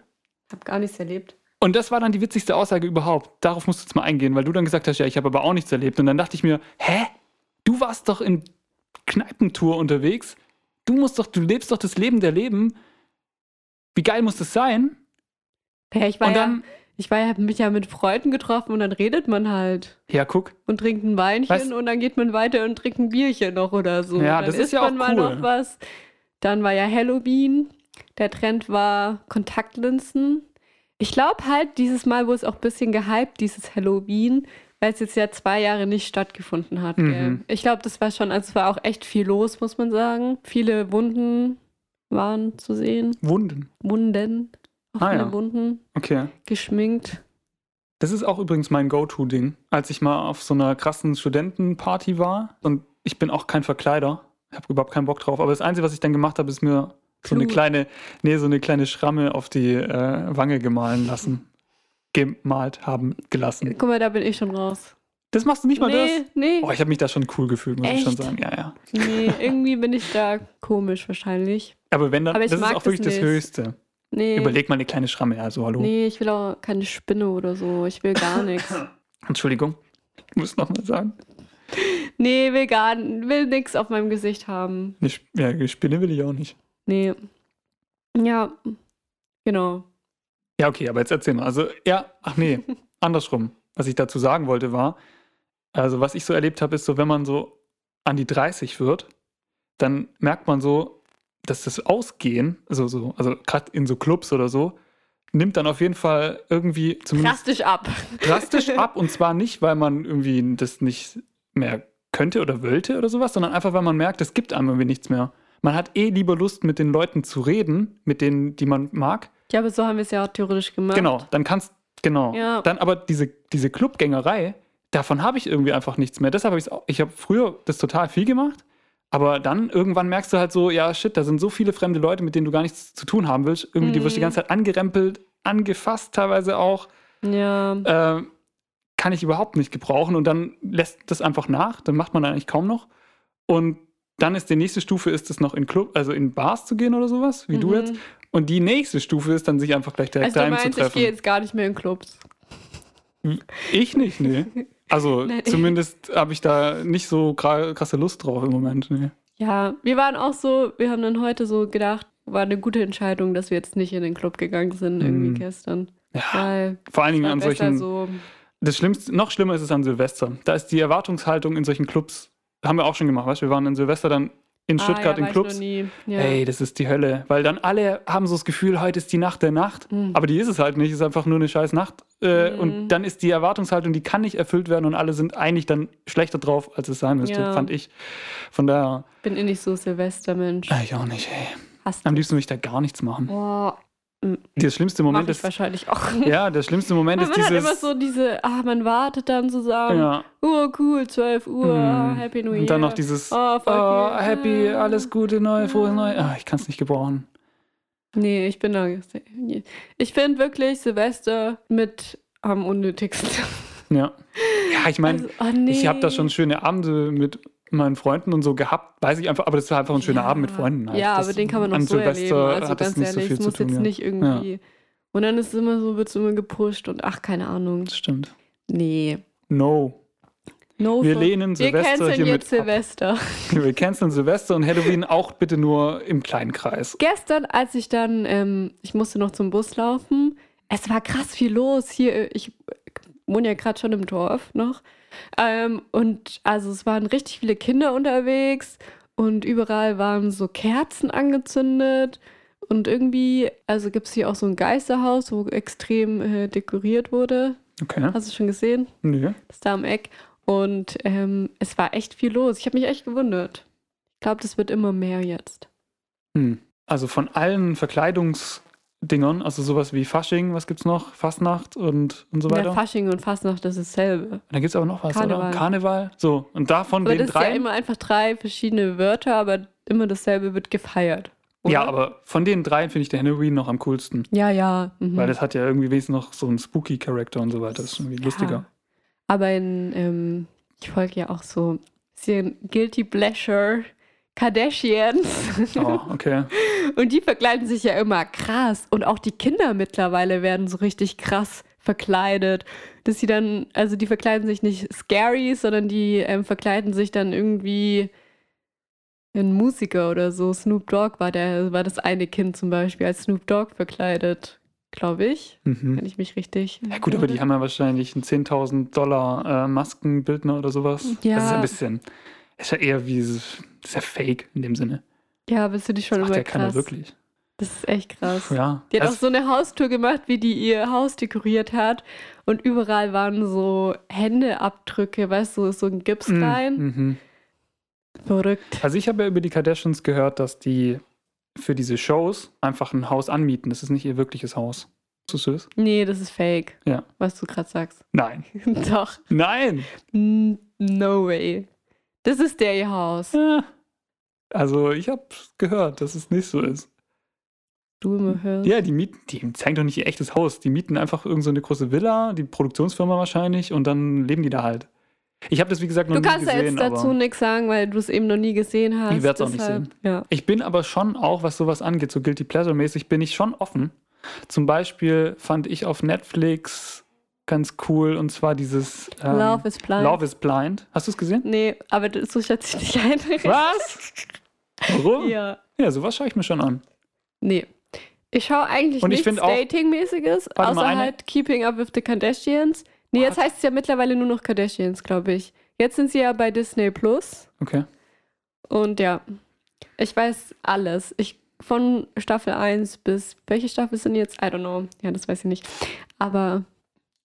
B: Hab gar nichts erlebt.
A: Und das war dann die witzigste Aussage überhaupt. Darauf musst du jetzt mal eingehen, weil du dann gesagt hast, ja, ich habe aber auch nichts erlebt. Und dann dachte ich mir, hä? Du warst doch in Kneipentour unterwegs. Du musst doch, du lebst doch das Leben der Leben. Wie geil muss das sein?
B: Ja, ich war
A: und dann,
B: ja, ich war ja, hab mich ja mit Freunden getroffen und dann redet man halt
A: ja, guck,
B: und trinkt ein Weinchen
A: Weißt-
B: und dann geht man weiter und trinkt ein Bierchen noch oder so.
A: Ja,
B: dann
A: das ist ja
B: man
A: auch
B: mal
A: cool.
B: noch was. Dann war ja Halloween. Der Trend war Kontaktlinsen. Ich glaube halt, dieses Mal wurde es auch ein bisschen gehypt, dieses Halloween, weil es jetzt ja zwei Jahre nicht stattgefunden hat. Gell?
A: Mhm.
B: Ich glaube, das war schon, also es war auch echt viel los, muss man sagen. Viele Wunden waren zu sehen.
A: Wunden.
B: Wunden. Auch
A: Ah,
B: viele
A: ja.
B: Wunden.
A: Okay.
B: Geschminkt.
A: Das ist auch übrigens mein Go-To-Ding. Als ich mal auf so einer krassen Studentenparty war und ich bin auch kein Verkleider, ich habe überhaupt keinen Bock drauf. Aber das Einzige, was ich dann gemacht habe, ist mir so eine
B: Blut.
A: kleine, nee, so eine kleine Schramme auf die äh, Wange gemahlen lassen. Gemalt haben gelassen.
B: Guck mal, da bin ich schon raus.
A: Das machst du nicht mal
B: nee, nee.
A: das? Oh, ich habe mich da schon cool gefühlt, muss ich schon
B: Echt?
A: sagen. Ja, ja.
B: Nee, irgendwie bin ich da komisch wahrscheinlich.
A: Aber wenn dann,
B: Aber ich
A: das ist
B: mag
A: auch wirklich
B: das
A: das,
B: nicht.
A: Höchste.
B: Nee.
A: Überleg mal eine kleine Schramme, also hallo.
B: Nee, ich will auch keine Spinne oder so. Ich will gar nichts.
A: Entschuldigung. Ich muss nochmal sagen.
B: Nee, will gar will nichts auf meinem Gesicht haben.
A: Eine Sp- Ja, eine Spinne will ich auch nicht.
B: Nee. Ja, genau.
A: Ja, okay, aber jetzt erzähl mal. Also, ja, ach nee, andersrum. Was ich dazu sagen wollte war, also was ich so erlebt habe, ist so, wenn man so an die 30 wird, dann merkt man so, dass das Ausgehen, also, so, also gerade in so Clubs oder so, nimmt dann auf jeden Fall irgendwie zumindest
B: Drastisch ab.
A: drastisch ab. Und zwar nicht, weil man irgendwie das nicht mehr könnte oder wollte oder sowas, sondern einfach, weil man merkt, es gibt einem irgendwie nichts mehr. Man hat eh lieber Lust, mit den Leuten zu reden, mit denen, die man mag.
B: Ja, aber so haben wir es ja auch theoretisch gemacht.
A: Genau, dann kannst, genau.
B: Ja.
A: Dann aber diese, diese Clubgängerei, davon habe ich irgendwie einfach nichts mehr. Deshalb habe ich es auch, ich habe früher das total viel gemacht, aber dann irgendwann merkst du halt so, ja, shit, da sind so viele fremde Leute, mit denen du gar nichts zu tun haben willst. Irgendwie, die wirst du die
B: Mhm.
A: ganze Zeit angerempelt, angefasst teilweise auch
B: Ja.
A: äh, kann ich überhaupt nicht gebrauchen und dann lässt das einfach nach, dann macht man eigentlich kaum noch. Und dann ist die nächste Stufe, ist es noch in Club, also in Bars zu gehen oder sowas, wie du
B: Mhm.
A: jetzt. Und die nächste Stufe ist dann sich einfach gleich direkt
B: Also du
A: daheim
B: meinst,
A: zu
B: ich gehe
A: treffen.
B: jetzt gar nicht mehr in Clubs.
A: Ich, nicht, nee. Also
B: Nein, ich-
A: zumindest habe ich da nicht so gra- krasse Lust drauf im Moment. Nee.
B: Ja, wir waren auch so, wir haben dann heute so gedacht, war eine gute Entscheidung, dass wir jetzt nicht in den Club gegangen sind, irgendwie
A: Mhm.
B: gestern.
A: Ja,
B: Weil
A: vor allen
B: es
A: Dingen
B: war
A: an
B: besser
A: solchen.
B: so.
A: Das Schlimmste, noch schlimmer ist es an Silvester. Da ist die Erwartungshaltung in solchen Clubs, haben wir auch schon gemacht, weißt du, wir waren an Silvester dann in Stuttgart
B: ah, ja,
A: in
B: war
A: Clubs.
B: Ich noch nie. Ja.
A: Ey, das ist die Hölle. Weil dann alle haben so das Gefühl, heute ist die Nacht der Nacht.
B: Mhm.
A: Aber die ist es halt nicht. Es ist einfach nur eine scheiß Nacht. Äh,
B: Mhm.
A: Und dann ist die Erwartungshaltung, die kann nicht erfüllt werden. Und alle sind eigentlich dann schlechter drauf, als es sein müsste,
B: Ja.
A: fand ich. Von daher,
B: Bin eh nicht so Silvestermensch.
A: äh, ich auch nicht. Ey.
B: Hast
A: Am
B: du?
A: liebsten will ich da gar nichts machen.
B: Boah,
A: Der schlimmste
B: mach
A: Moment
B: ich
A: ist.
B: wahrscheinlich auch.
A: Ja, der schlimmste Moment
B: Weil
A: ist
B: man hat immer
A: dieses.
B: so diese, ah, man wartet dann zusammen.
A: ja,
B: Oh, cool, 12 Uhr, ah,
A: Mhm.
B: Happy New Year.
A: und dann noch dieses. Oh,
B: Oh, voll viel.
A: happy,
B: Ah.
A: alles Gute, neu, frohes
B: Ah.
A: Neu. Ah, ich kann es nicht gebrauchen.
B: Nee, ich bin da. Ich finde wirklich Silvester mit am unnötigsten.
A: Ja. Ja, ich meine,
B: Also, oh nee.
A: Ich habe da schon schöne Abende mit meinen Freunden und so gehabt, weiß ich einfach, aber das war einfach ein schöner
B: Ja.
A: Abend mit Freunden. Halt.
B: Ja,
A: das,
B: aber den kann man auch
A: an
B: so
A: Silvester
B: erleben. Also
A: hat das
B: ganz
A: nicht so
B: ehrlich,
A: viel
B: es
A: zu
B: muss
A: tun,
B: jetzt
A: ja.
B: nicht irgendwie. Und dann ist es immer so, wird es immer gepusht und ach, keine Ahnung.
A: Das stimmt.
B: Nee.
A: No.
B: No
A: Wir
B: for-
A: lehnen
B: Wir
A: Silvester
B: canceln
A: hiermit
B: jetzt Silvester.
A: ab. Wir canceln Silvester und Halloween auch bitte nur im kleinen Kreis.
B: Gestern, als ich dann, ähm, ich musste noch zum Bus laufen, es war krass viel los. Hier, ich wohne ja gerade schon im Dorf noch. Ähm, und also es waren richtig viele Kinder unterwegs und überall waren so Kerzen angezündet. Und irgendwie, also gibt es hier auch so ein Geisterhaus, wo extrem äh, dekoriert wurde.
A: Okay.
B: Hast du schon gesehen?
A: Nö.
B: Das ist da am Eck. Und ähm, es war echt viel los. Ich habe mich echt gewundert. Ich glaube, das wird immer mehr jetzt.
A: Hm. Also von allen Verkleidungsdingern, also sowas wie Fasching, was gibt's noch? Fastnacht und, und so
B: Ja,
A: weiter.
B: Fasching und Fastnacht ist dasselbe.
A: dann gibt's aber noch was,
B: Karneval.
A: oder? Karneval. So, und davon
B: Aber
A: den
B: das ist ja
A: drei.
B: immer einfach drei verschiedene Wörter, aber immer dasselbe wird gefeiert. Oder?
A: ja, aber von den dreien finde ich der Halloween noch am coolsten.
B: Ja, ja. Mhm.
A: Weil das hat ja irgendwie wenigstens noch so einen spooky Charakter und so weiter. Das ist irgendwie lustiger.
B: Ja. Aber in, ähm, ich folge ja auch so ein bisschen Guilty Pleasure Kardashians.
A: Oh, okay.
B: Und die verkleiden sich ja immer krass. Und auch die Kinder mittlerweile werden so richtig krass verkleidet. Dass sie dann, also die verkleiden sich nicht scary, sondern die ähm, verkleiden sich dann irgendwie in Musiker oder so. Snoop Dogg war, der, war das eine Kind zum Beispiel als Snoop Dogg verkleidet, glaube ich.
A: Mhm.
B: Wenn ich mich richtig.
A: Ja, gut, aber die haben ja wahrscheinlich einen 10.000 Dollar äh, Maskenbildner oder sowas.
B: Ja.
A: Das ist ja ein bisschen. Das ist ja eher wie. dieses- Das ist ja fake in dem Sinne.
B: Ja, bist du dich
A: Das
B: schon
A: macht
B: über
A: ja keiner
B: krass.
A: wirklich.
B: Das ist echt krass.
A: Ja.
B: Die hat
A: Das-
B: auch so eine Haustour gemacht, wie die ihr Haus dekoriert hat. Und überall waren so Händeabdrücke, weißt du, so ein
A: Mm,
B: Gipsstein.
A: mhm.
B: Verrückt.
A: Also ich habe ja über die Kardashians gehört, dass die für diese Shows einfach ein Haus anmieten. Das ist nicht ihr wirkliches Haus. Ist das?
B: Nee, das ist fake.
A: Ja.
B: Was du gerade sagst.
A: Nein.
B: Doch.
A: Nein!
B: N- No way. Das ist der ihr Haus.
A: Ja. Ah. Also ich habe gehört, dass es nicht so ist.
B: Du immer hörst.
A: Ja, die mieten, die zeigen doch nicht ihr echtes Haus. Die mieten einfach irgend so eine große Villa, die Produktionsfirma wahrscheinlich, und dann leben die da halt. Ich habe das, wie gesagt, noch
B: Du
A: nie
B: kannst ja
A: gesehen.
B: jetzt dazu
A: aber
B: nichts sagen, weil du es eben noch nie gesehen hast.
A: Ich werd's auch nicht
B: Deshalb- Ja.
A: ich bin aber schon auch, was sowas angeht, so Guilty Pleasure-mäßig, bin ich schon offen. Zum Beispiel fand ich auf Netflix ganz cool, und zwar dieses ähm,
B: Love is blind.
A: Love is Blind. Hast du es gesehen?
B: nee, aber das- so schätze ich dich ein.
A: Was? Warum? Ja,
B: ja.
A: sowas schaue ich mir schon an.
B: Nee. Ich schaue eigentlich
A: Und ich
B: nichts
A: find auch-
B: Dating-mäßiges,
A: Warte
B: außer
A: mal, eine-
B: halt Keeping Up with the Kardashians. Nee, jetzt
A: What?
B: heißt es ja mittlerweile nur noch Kardashians, glaube ich. Jetzt sind sie ja bei Disney Plus
A: Okay.
B: und ja, ich weiß alles. Ich von Staffel 1 bis welche Staffel sind jetzt? I don't know. Ja, das weiß ich nicht. Aber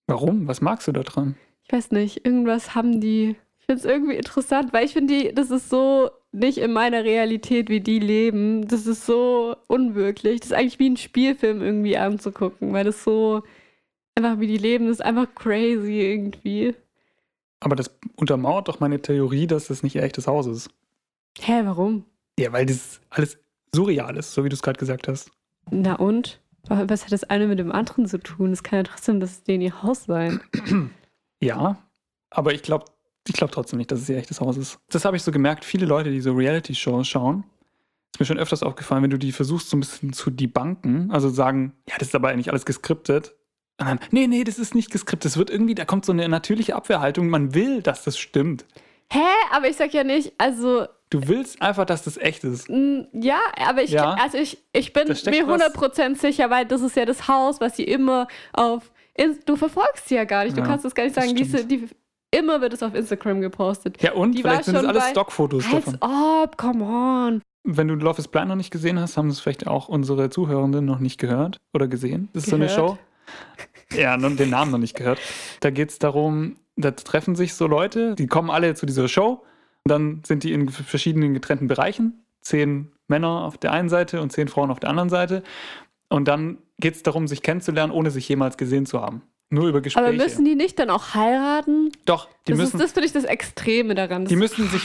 A: Warum? Was magst du da dran?
B: ich weiß nicht, irgendwas haben die. Ich finde es irgendwie interessant, weil ich finde, die- das ist so nicht in meiner Realität, wie die leben. Das ist so unwirklich. Das ist eigentlich wie ein Spielfilm irgendwie anzugucken, weil das so einfach wie die leben, das ist einfach crazy irgendwie.
A: Aber das untermauert doch meine Theorie, dass das nicht ihr echtes Haus ist.
B: Hä, warum?
A: Ja, weil das alles surreal ist, so wie du es gerade gesagt hast.
B: Na und? Was hat das eine mit dem anderen zu tun? Es kann ja trotzdem das denen ihr Haus sein.
A: Ja, aber ich glaube ich glaub trotzdem nicht, dass es ihr echtes Haus ist. Das habe ich so gemerkt. Viele Leute, die so Reality-Shows schauen, ist mir schon öfters aufgefallen, wenn du die versuchst, so ein bisschen zu debanken, also sagen, ja, das ist aber eigentlich alles geskriptet. Und dann, nee, nee, das ist nicht geskriptet. Es wird irgendwie, da kommt so eine natürliche Abwehrhaltung. Man will, dass das stimmt.
B: Hä? Aber ich sag ja nicht, also
A: Du willst einfach, dass das echt ist.
B: Mm, Ja, aber ich,
A: Ja.
B: also ich, ich bin
A: Da steckt
B: mir 100% sicher, weil das ist ja das Haus, was sie immer auf. In du verfolgst sie ja gar nicht. Du
A: Ja,
B: kannst das gar nicht
A: das
B: sagen. Diese, die, immer wird es auf Instagram gepostet.
A: Ja, und
B: Die war
A: vielleicht sind es
B: schon
A: alles
B: bei-
A: Stockfotos
B: Als
A: davon.
B: ob, come on.
A: Wenn du Love is Blind noch nicht gesehen hast, haben es vielleicht auch unsere Zuhörenden noch nicht gehört oder gesehen. Das ist so eine Show.
B: Gehört.
A: Ja, nun, den Namen noch nicht gehört. Da geht es darum, da treffen sich so Leute, die kommen alle zu dieser Show und dann sind die in verschiedenen getrennten Bereichen. Zehn Männer auf der einen Seite und zehn Frauen auf der anderen Seite. Und dann geht es darum, sich kennenzulernen, ohne sich jemals gesehen zu haben. Nur über Gespräche.
B: Aber müssen die nicht dann auch heiraten?
A: Doch, die
B: das
A: müssen,
B: ist, das finde ich das Extreme daran. Das
A: die
B: ist
A: müssen sich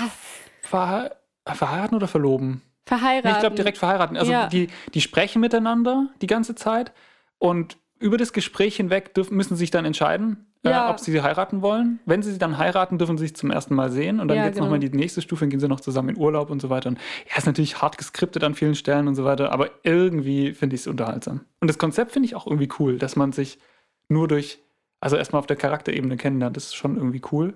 A: verhe verheiraten oder verloben.
B: verheiraten.
A: Nee, ich glaube direkt verheiraten. Also
B: Ja.
A: die, die sprechen miteinander die ganze Zeit und über das Gespräch hinweg dürfen, müssen sich dann entscheiden,
B: Ja.
A: äh, ob sie heiraten wollen. Wenn sie sie dann heiraten, dürfen sie sich zum ersten Mal sehen und dann
B: Ja, genau.
A: geht es nochmal in die nächste Stufe, dann gehen sie noch zusammen in Urlaub und so weiter. Und ja, ist natürlich hart geskriptet an vielen Stellen und so weiter, aber irgendwie finde ich es unterhaltsam. Und das Konzept finde ich auch irgendwie cool, dass man sich nur durch, also erstmal auf der Charakterebene kennenlernt, das ist schon irgendwie cool.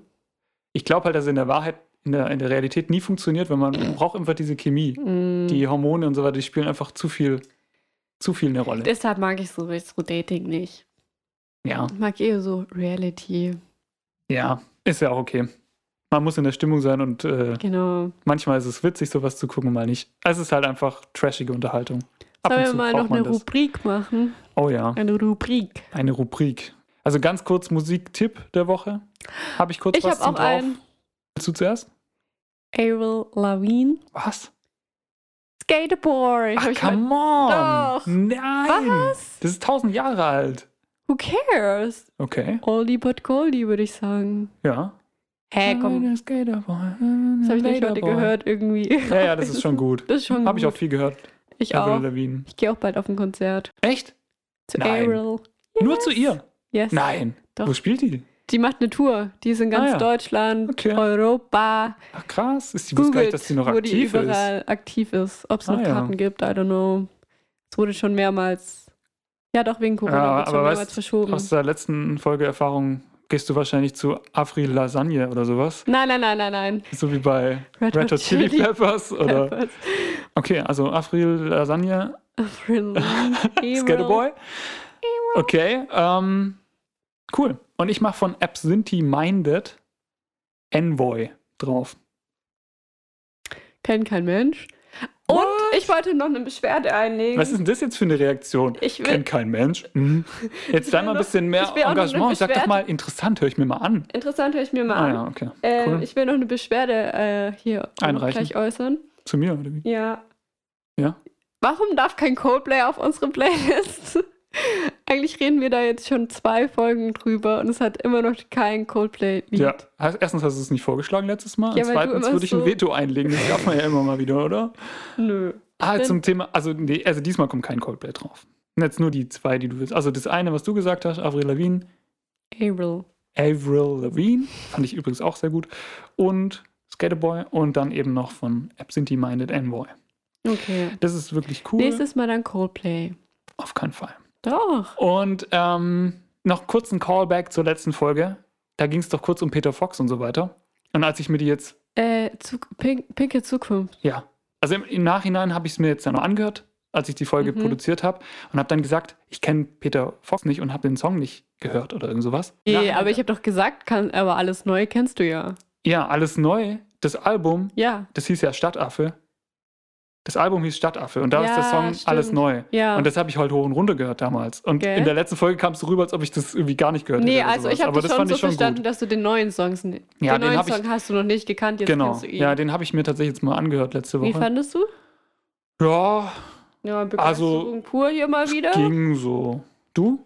A: Ich glaube halt, dass es in der Wahrheit, in der, in der Realität nie funktioniert, wenn man man braucht einfach diese Chemie
B: Mm.
A: die Hormone und so weiter, die spielen einfach zu viel, zu viel eine Rolle.
B: Deshalb mag ich so, so Dating nicht.
A: Ja,
B: Ich mag eher so Reality.
A: ja, ist ja auch okay. Man muss in der Stimmung sein und äh,
B: Genau.
A: manchmal ist es witzig, sowas zu gucken, mal nicht. Es ist halt einfach trashige Unterhaltung. Ab
B: Sollen
A: und
B: wir
A: zu
B: mal noch
A: braucht man
B: eine
A: das.
B: Rubrik machen?
A: Oh ja,
B: Eine Rubrik.
A: eine Rubrik. Also ganz kurz Musiktipp der Woche. Habe ich kurz
B: Ich
A: was
B: habe
A: zum
B: auch
A: drauf.
B: einen.
A: Willst du zuerst?
B: Avril Lavigne.
A: Was?
B: Skateboy.
A: Ach,
B: Hab ich mal-
A: come on!
B: Doch.
A: Nein!
B: Was?
A: Das ist tausend Jahre alt.
B: Who cares?
A: Okay,
B: Oldie but Goldie, würde ich sagen.
A: ja.
B: Hä, komm.
A: Das
B: Das
A: habe
B: habe ich nicht heute gehört irgendwie.
A: Ja, ja, das ist schon gut.
B: Das ist schon
A: Habe Oh. ich auch
B: gut.
A: viel gehört.
B: Ich
A: Avril
B: auch.
A: Lavigne.
B: Ich gehe auch bald auf ein Konzert.
A: Echt?
B: Zu
A: Nein.
B: Avril.
A: Nur zu ihr?
B: Yes.
A: Nein.
B: Doch.
A: Wo spielt die?
B: Die macht eine Tour. Die ist in ganz
A: Ah, ja.
B: Deutschland,
A: Okay.
B: Europa.
A: Ach krass, ist die wusste gar
B: Googelt,
A: nicht, dass die noch
B: wo die
A: aktiv ist.
B: überall aktiv ist. Ob es noch
A: Ah, ja.
B: Karten gibt, I don't know. Es wurde schon mehrmals. Ja, doch wegen Corona
A: Ja,
B: wird schon
A: aber
B: mehrmals
A: weißt-
B: verschoben.
A: Aus der letzten Folge Erfahrung gehst du wahrscheinlich zu Afri Lasagne oder sowas.
B: Nein, nein, nein, nein, nein.
A: So wie bei
B: Red
A: Red Hot Chili Peppers oder.
B: Peppers.
A: Okay, also Avril Lasagne,
B: Avril
A: Skaterboy. Okay, ähm, cool. Und ich mache von Absinthe Minded Envoy drauf.
B: Kennt kein Mensch. Und ich wollte noch eine Beschwerde einlegen.
A: Was ist denn das jetzt für eine Reaktion?
B: Ich will-
A: Kennt kein Mensch. Mhm. Jetzt sei mal ein
B: noch-
A: bisschen mehr
B: ich will auch noch eine
A: Engagement. Sag doch
B: Beschwerde-
A: mal, interessant, höre ich mir mal an.
B: Interessant, höre ich mir mal
A: Ah
B: an.
A: ja, okay.
B: Ähm,
A: cool.
B: Ich will noch eine Beschwerde äh, hier
A: Einreichen.
B: gleich äußern.
A: Zu mir, oder wie?
B: Ja.
A: Ja?
B: Warum darf kein Coldplay auf unsere Playlist? Eigentlich reden wir da jetzt schon zwei Folgen drüber und es hat immer noch kein Coldplay-Lied.
A: Ja. Hast- Erstens hast du es nicht vorgeschlagen letztes Mal.
B: Ja,
A: und
B: weil du
A: zweitens
B: immer
A: würde ich
B: so-
A: ein Veto einlegen. Das darf man ja immer mal wieder, oder?
B: Nö.
A: Ah,
B: Stimmt.
A: zum Thema, also nee, also diesmal kommt kein Coldplay drauf. Und Jetzt nur die zwei, die du willst. Also das eine, was du gesagt hast, Avril Lavigne.
B: April.
A: Avril Lavigne, fand ich übrigens auch sehr gut. Und Skaterboy und dann eben noch von Absinthe Minded Envoy.
B: Okay.
A: Das ist wirklich cool.
B: Nächstes Mal dann Coldplay.
A: Auf keinen Fall.
B: Doch.
A: Und ähm, noch kurz ein Callback zur letzten Folge. Da ging es doch kurz um Peter Fox und so weiter. Und als ich mir die jetzt,
B: Äh, zu, pink, pinke Zukunft.
A: ja, also im, im Nachhinein habe ich es mir jetzt dann noch angehört, als ich die Folge
B: Mhm.
A: produziert habe und habe dann gesagt, ich kenne Peter Fox nicht und habe den Song nicht gehört oder irgend sowas.
B: Nee,
A: Nachhinein-
B: aber ich habe doch gesagt, kann, aber alles Neue kennst du ja.
A: ja, alles neu. Das Album,
B: Ja.
A: das hieß ja Stadtaffe. Das Album hieß Stadtaffe und da ist
B: Ja,
A: der Song
B: stimmt.
A: Alles Neu.
B: Ja.
A: Und das habe ich heute hoch und runter gehört damals. Und
B: Gell?
A: in der letzten Folge kam es so rüber, als ob ich das irgendwie gar nicht gehört
B: nee,
A: hätte. oder
B: also ich
A: sowas.
B: habe
A: Aber
B: das
A: das
B: schon
A: fand
B: so
A: ich schon
B: verstanden,
A: gut.
B: dass du den neuen Songs nicht.
A: Ja,
B: den
A: den
B: neuen
A: hab ich-
B: Song hast du noch nicht gekannt, jetzt
A: Genau.
B: kennst du ihn.
A: Ja, den habe ich mir tatsächlich jetzt mal angehört letzte
B: Wie
A: Woche.
B: fandest du?
A: Ja,
B: Ja,
A: Also,
B: Begeisterung pur hier mal wieder.
A: ging so. Du?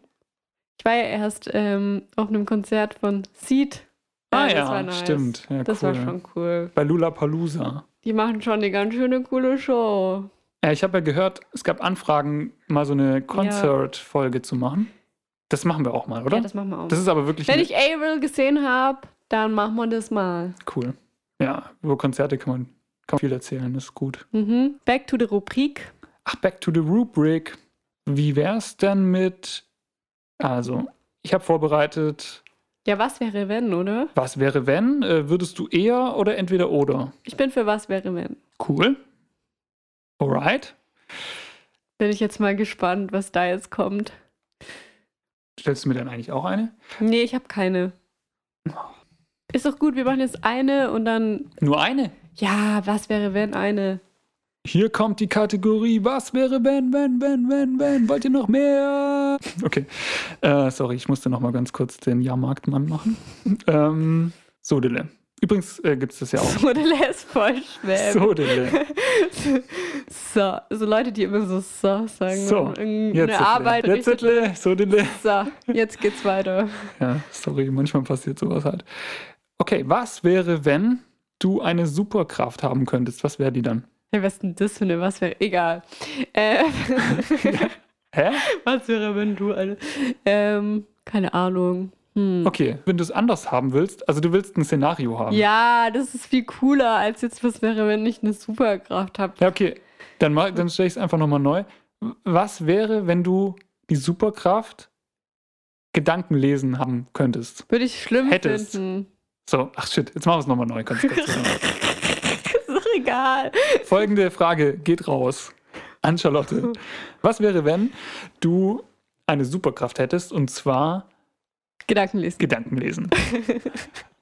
B: Ich war ja erst ähm, auf einem Konzert von Seed.
A: ah
B: das war
A: ja,
B: nice.
A: stimmt. Ja,
B: Das
A: cool.
B: war schon cool.
A: Bei Lula Palooza.
B: Die machen schon eine ganz schöne coole Show.
A: Ja, ich habe ja gehört, es gab Anfragen, mal so eine Concert-Folge zu machen. Das machen wir auch mal, oder?
B: Ja,
A: das,
B: das machen wir auch.
A: ist aber wirklich
B: Wenn ich Avril gesehen habe, dann machen wir das mal.
A: cool. Ja, über Konzerte kann man, kann man viel erzählen, das ist gut.
B: Mhm. Back to the Rubrik.
A: Ach, back to the rubric. Wie wär's denn mit. Also, ich habe vorbereitet,
B: Ja, was wäre wenn, oder?
A: was wäre, wenn? Äh, würdest du eher oder entweder oder?
B: Ich bin für was wäre wenn.
A: Cool. Alright.
B: Bin ich jetzt mal gespannt, was da jetzt kommt.
A: Stellst du mir dann eigentlich auch eine?
B: Nee, ich habe keine. Ist doch gut, wir machen jetzt eine und dann.
A: Nur eine.
B: Ja, was wäre wenn eine?
A: Hier kommt die Kategorie, was wäre, wenn, wenn, wenn, wenn, wenn, wollt ihr noch mehr? Okay, äh, sorry, ich musste noch mal ganz kurz den Jahrmarktmann machen. ähm, Sodele. Übrigens äh, gibt es das ja auch.
B: So, der lässt voll schwer.
A: Sodele.
B: So, so Leute, die immer so so sagen,
A: So,
B: wenn irgendeine
A: Jetzt
B: Arbeit
A: Jetzt Sodele.
B: richtig-
A: Sodele.
B: so, jetzt geht's weiter.
A: Ja, sorry, manchmal passiert sowas halt. Okay, was wäre, wenn du eine Superkraft haben könntest? Was wäre die dann?
B: Hey, was ist denn das für eine, was wäre, egal. Äh,
A: Hä?
B: was wäre, wenn du eine, ähm, keine Ahnung. Hm.
A: Okay, wenn du es anders haben willst, also du willst ein Szenario haben.
B: Ja, das ist viel cooler als jetzt, was wäre, wenn ich eine Superkraft habe.
A: Ja, okay. Dann, mach- dann stelle ich es einfach nochmal neu. Was wäre, wenn du die Superkraft Gedanken lesen haben könntest?
B: Würde ich schlimm
A: Hättest.
B: finden.
A: So, ach shit, jetzt machen wir es nochmal neu. Ganz kurz.
B: Ist doch egal.
A: Folgende Frage geht raus an Charlotte. Was wäre, wenn du eine Superkraft hättest und zwar
B: Gedanken lesen.
A: Gedanken lesen?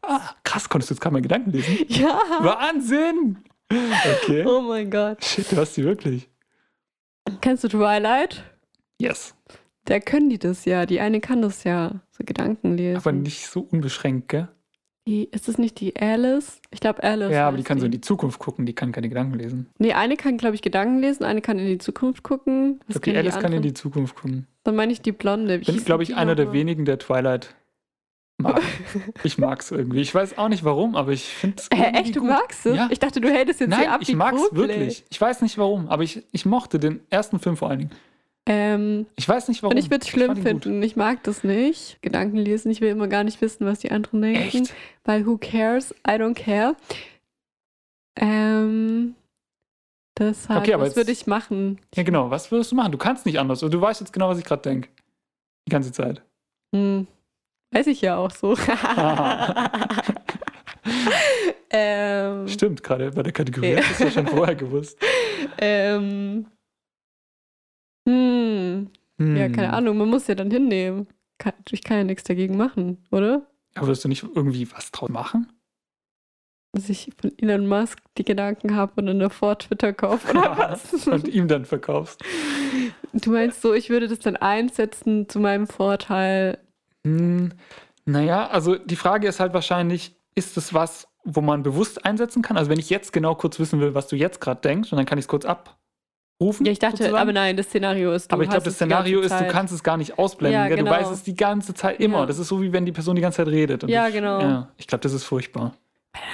A: Ah, krass, konntest du jetzt gerade mal Gedanken lesen?
B: Ja.
A: Wahnsinn! Okay.
B: Ah. Oh mein Gott.
A: Shit, du hast sie wirklich.
B: Kennst du Twilight?
A: Yes.
B: Da können die das ja. Die eine kann das ja. So Gedanken lesen.
A: Aber nicht so unbeschränkt, gell?
B: Die, ist es nicht die Alice? Ich glaube Alice.
A: Ja, aber die
B: heißt
A: kann so in die Zukunft gucken, die kann keine Gedanken lesen.
B: Nee, eine kann, glaube ich, Gedanken lesen, eine kann in die Zukunft gucken.
A: Ich
B: Was
A: glaube, die
B: können
A: Alice kann in
B: anderen?
A: die Zukunft gucken.
B: Dann meine ich die Blonde. Wie
A: Bin,
B: hieß
A: glaube
B: die
A: ich, einer der
B: nochmal?
A: wenigen, der Twilight mag. ich mag's irgendwie. Ich weiß auch nicht warum, aber ich finde es.
B: Hä, echt, du magst es?
A: Ja.
B: Ich dachte, du hältst jetzt hier
A: Nein,
B: ab.
A: ich
B: wie
A: mag's
B: Coldplay.
A: wirklich. Ich weiß nicht warum, aber ich, ich mochte den ersten Film vor allen Dingen.
B: Ähm,
A: Ich weiß nicht warum.
B: und ich würde es
A: fand
B: schlimm
A: ihn gut.
B: finden. Ich mag das nicht. Gedanken lesen. Ich will immer gar nicht wissen, was die anderen denken.
A: Echt?
B: Weil who cares? I don't care. Ähm, deshalb,
A: Okay, aber
B: was
A: jetzt-
B: würde ich machen?
A: Ja, genau. Was würdest du machen? Du kannst nicht anders. Und du weißt jetzt genau, was ich gerade denke. Die ganze Zeit.
B: Hm. Weiß ich ja auch so. ähm,
A: Stimmt, gerade bei der Kategorie.
B: Ja.
A: Das hast du ja schon vorher gewusst.
B: ähm, hm. Ja,
A: Hm.
B: keine Ahnung, man muss ja dann hinnehmen. Kann, ich kann ja nichts dagegen machen, oder?
A: Ja, würdest du nicht irgendwie was draus machen?
B: Dass ich von Elon Musk die Gedanken habe und dann davor Twitter kaufe oder was?
A: Und ihm dann verkaufst.
B: du meinst so, ich würde das dann einsetzen zu meinem Vorteil.
A: Hm, naja, also die Frage ist halt wahrscheinlich, ist es was, wo man bewusst einsetzen kann? Also wenn ich jetzt genau kurz wissen will, was du jetzt gerade denkst, und dann kann ich es kurz abrufen.
B: Ja, ich dachte,
A: sozusagen.
B: aber nein, das Szenario ist, du
A: Aber ich glaube,
B: hast
A: das
B: es die ganze
A: Szenario ist, du
B: Zeit.
A: kannst es gar nicht ausblenden.
B: Ja,
A: gell?
B: genau.
A: Du weißt es die ganze Zeit immer.
B: Ja.
A: Das ist so, wie wenn die Person die ganze Zeit redet. Und
B: Ja,
A: ich,
B: genau.
A: Ja, ich glaube, das ist furchtbar.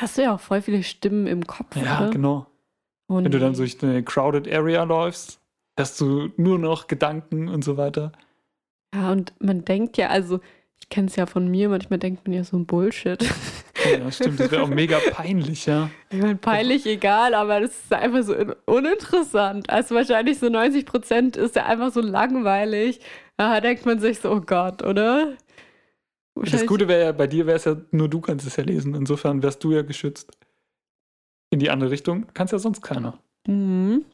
B: Hast du ja auch voll viele Stimmen im Kopf,
A: Ja,
B: oder?
A: genau.
B: Oh,
A: Wenn du dann
B: nee.
A: durch eine crowded area läufst, hast du nur noch Gedanken und so weiter.
B: Ja, und man denkt ja, also, ich kenne es ja von mir, manchmal denkt man ja so ein Bullshit.
A: Ja, stimmt. Das wäre auch mega peinlich, ja.
B: Ich meine, peinlich egal, aber das ist einfach so un uninteressant. Also wahrscheinlich so 90 Prozent ist ja einfach so langweilig. Da denkt man sich so, oh Gott, oder?
A: Das Gute wäre ja, bei dir wäre es ja, nur du kannst es ja lesen. Insofern wärst du ja geschützt. In die andere Richtung kannst ja sonst keiner.
B: Mhm.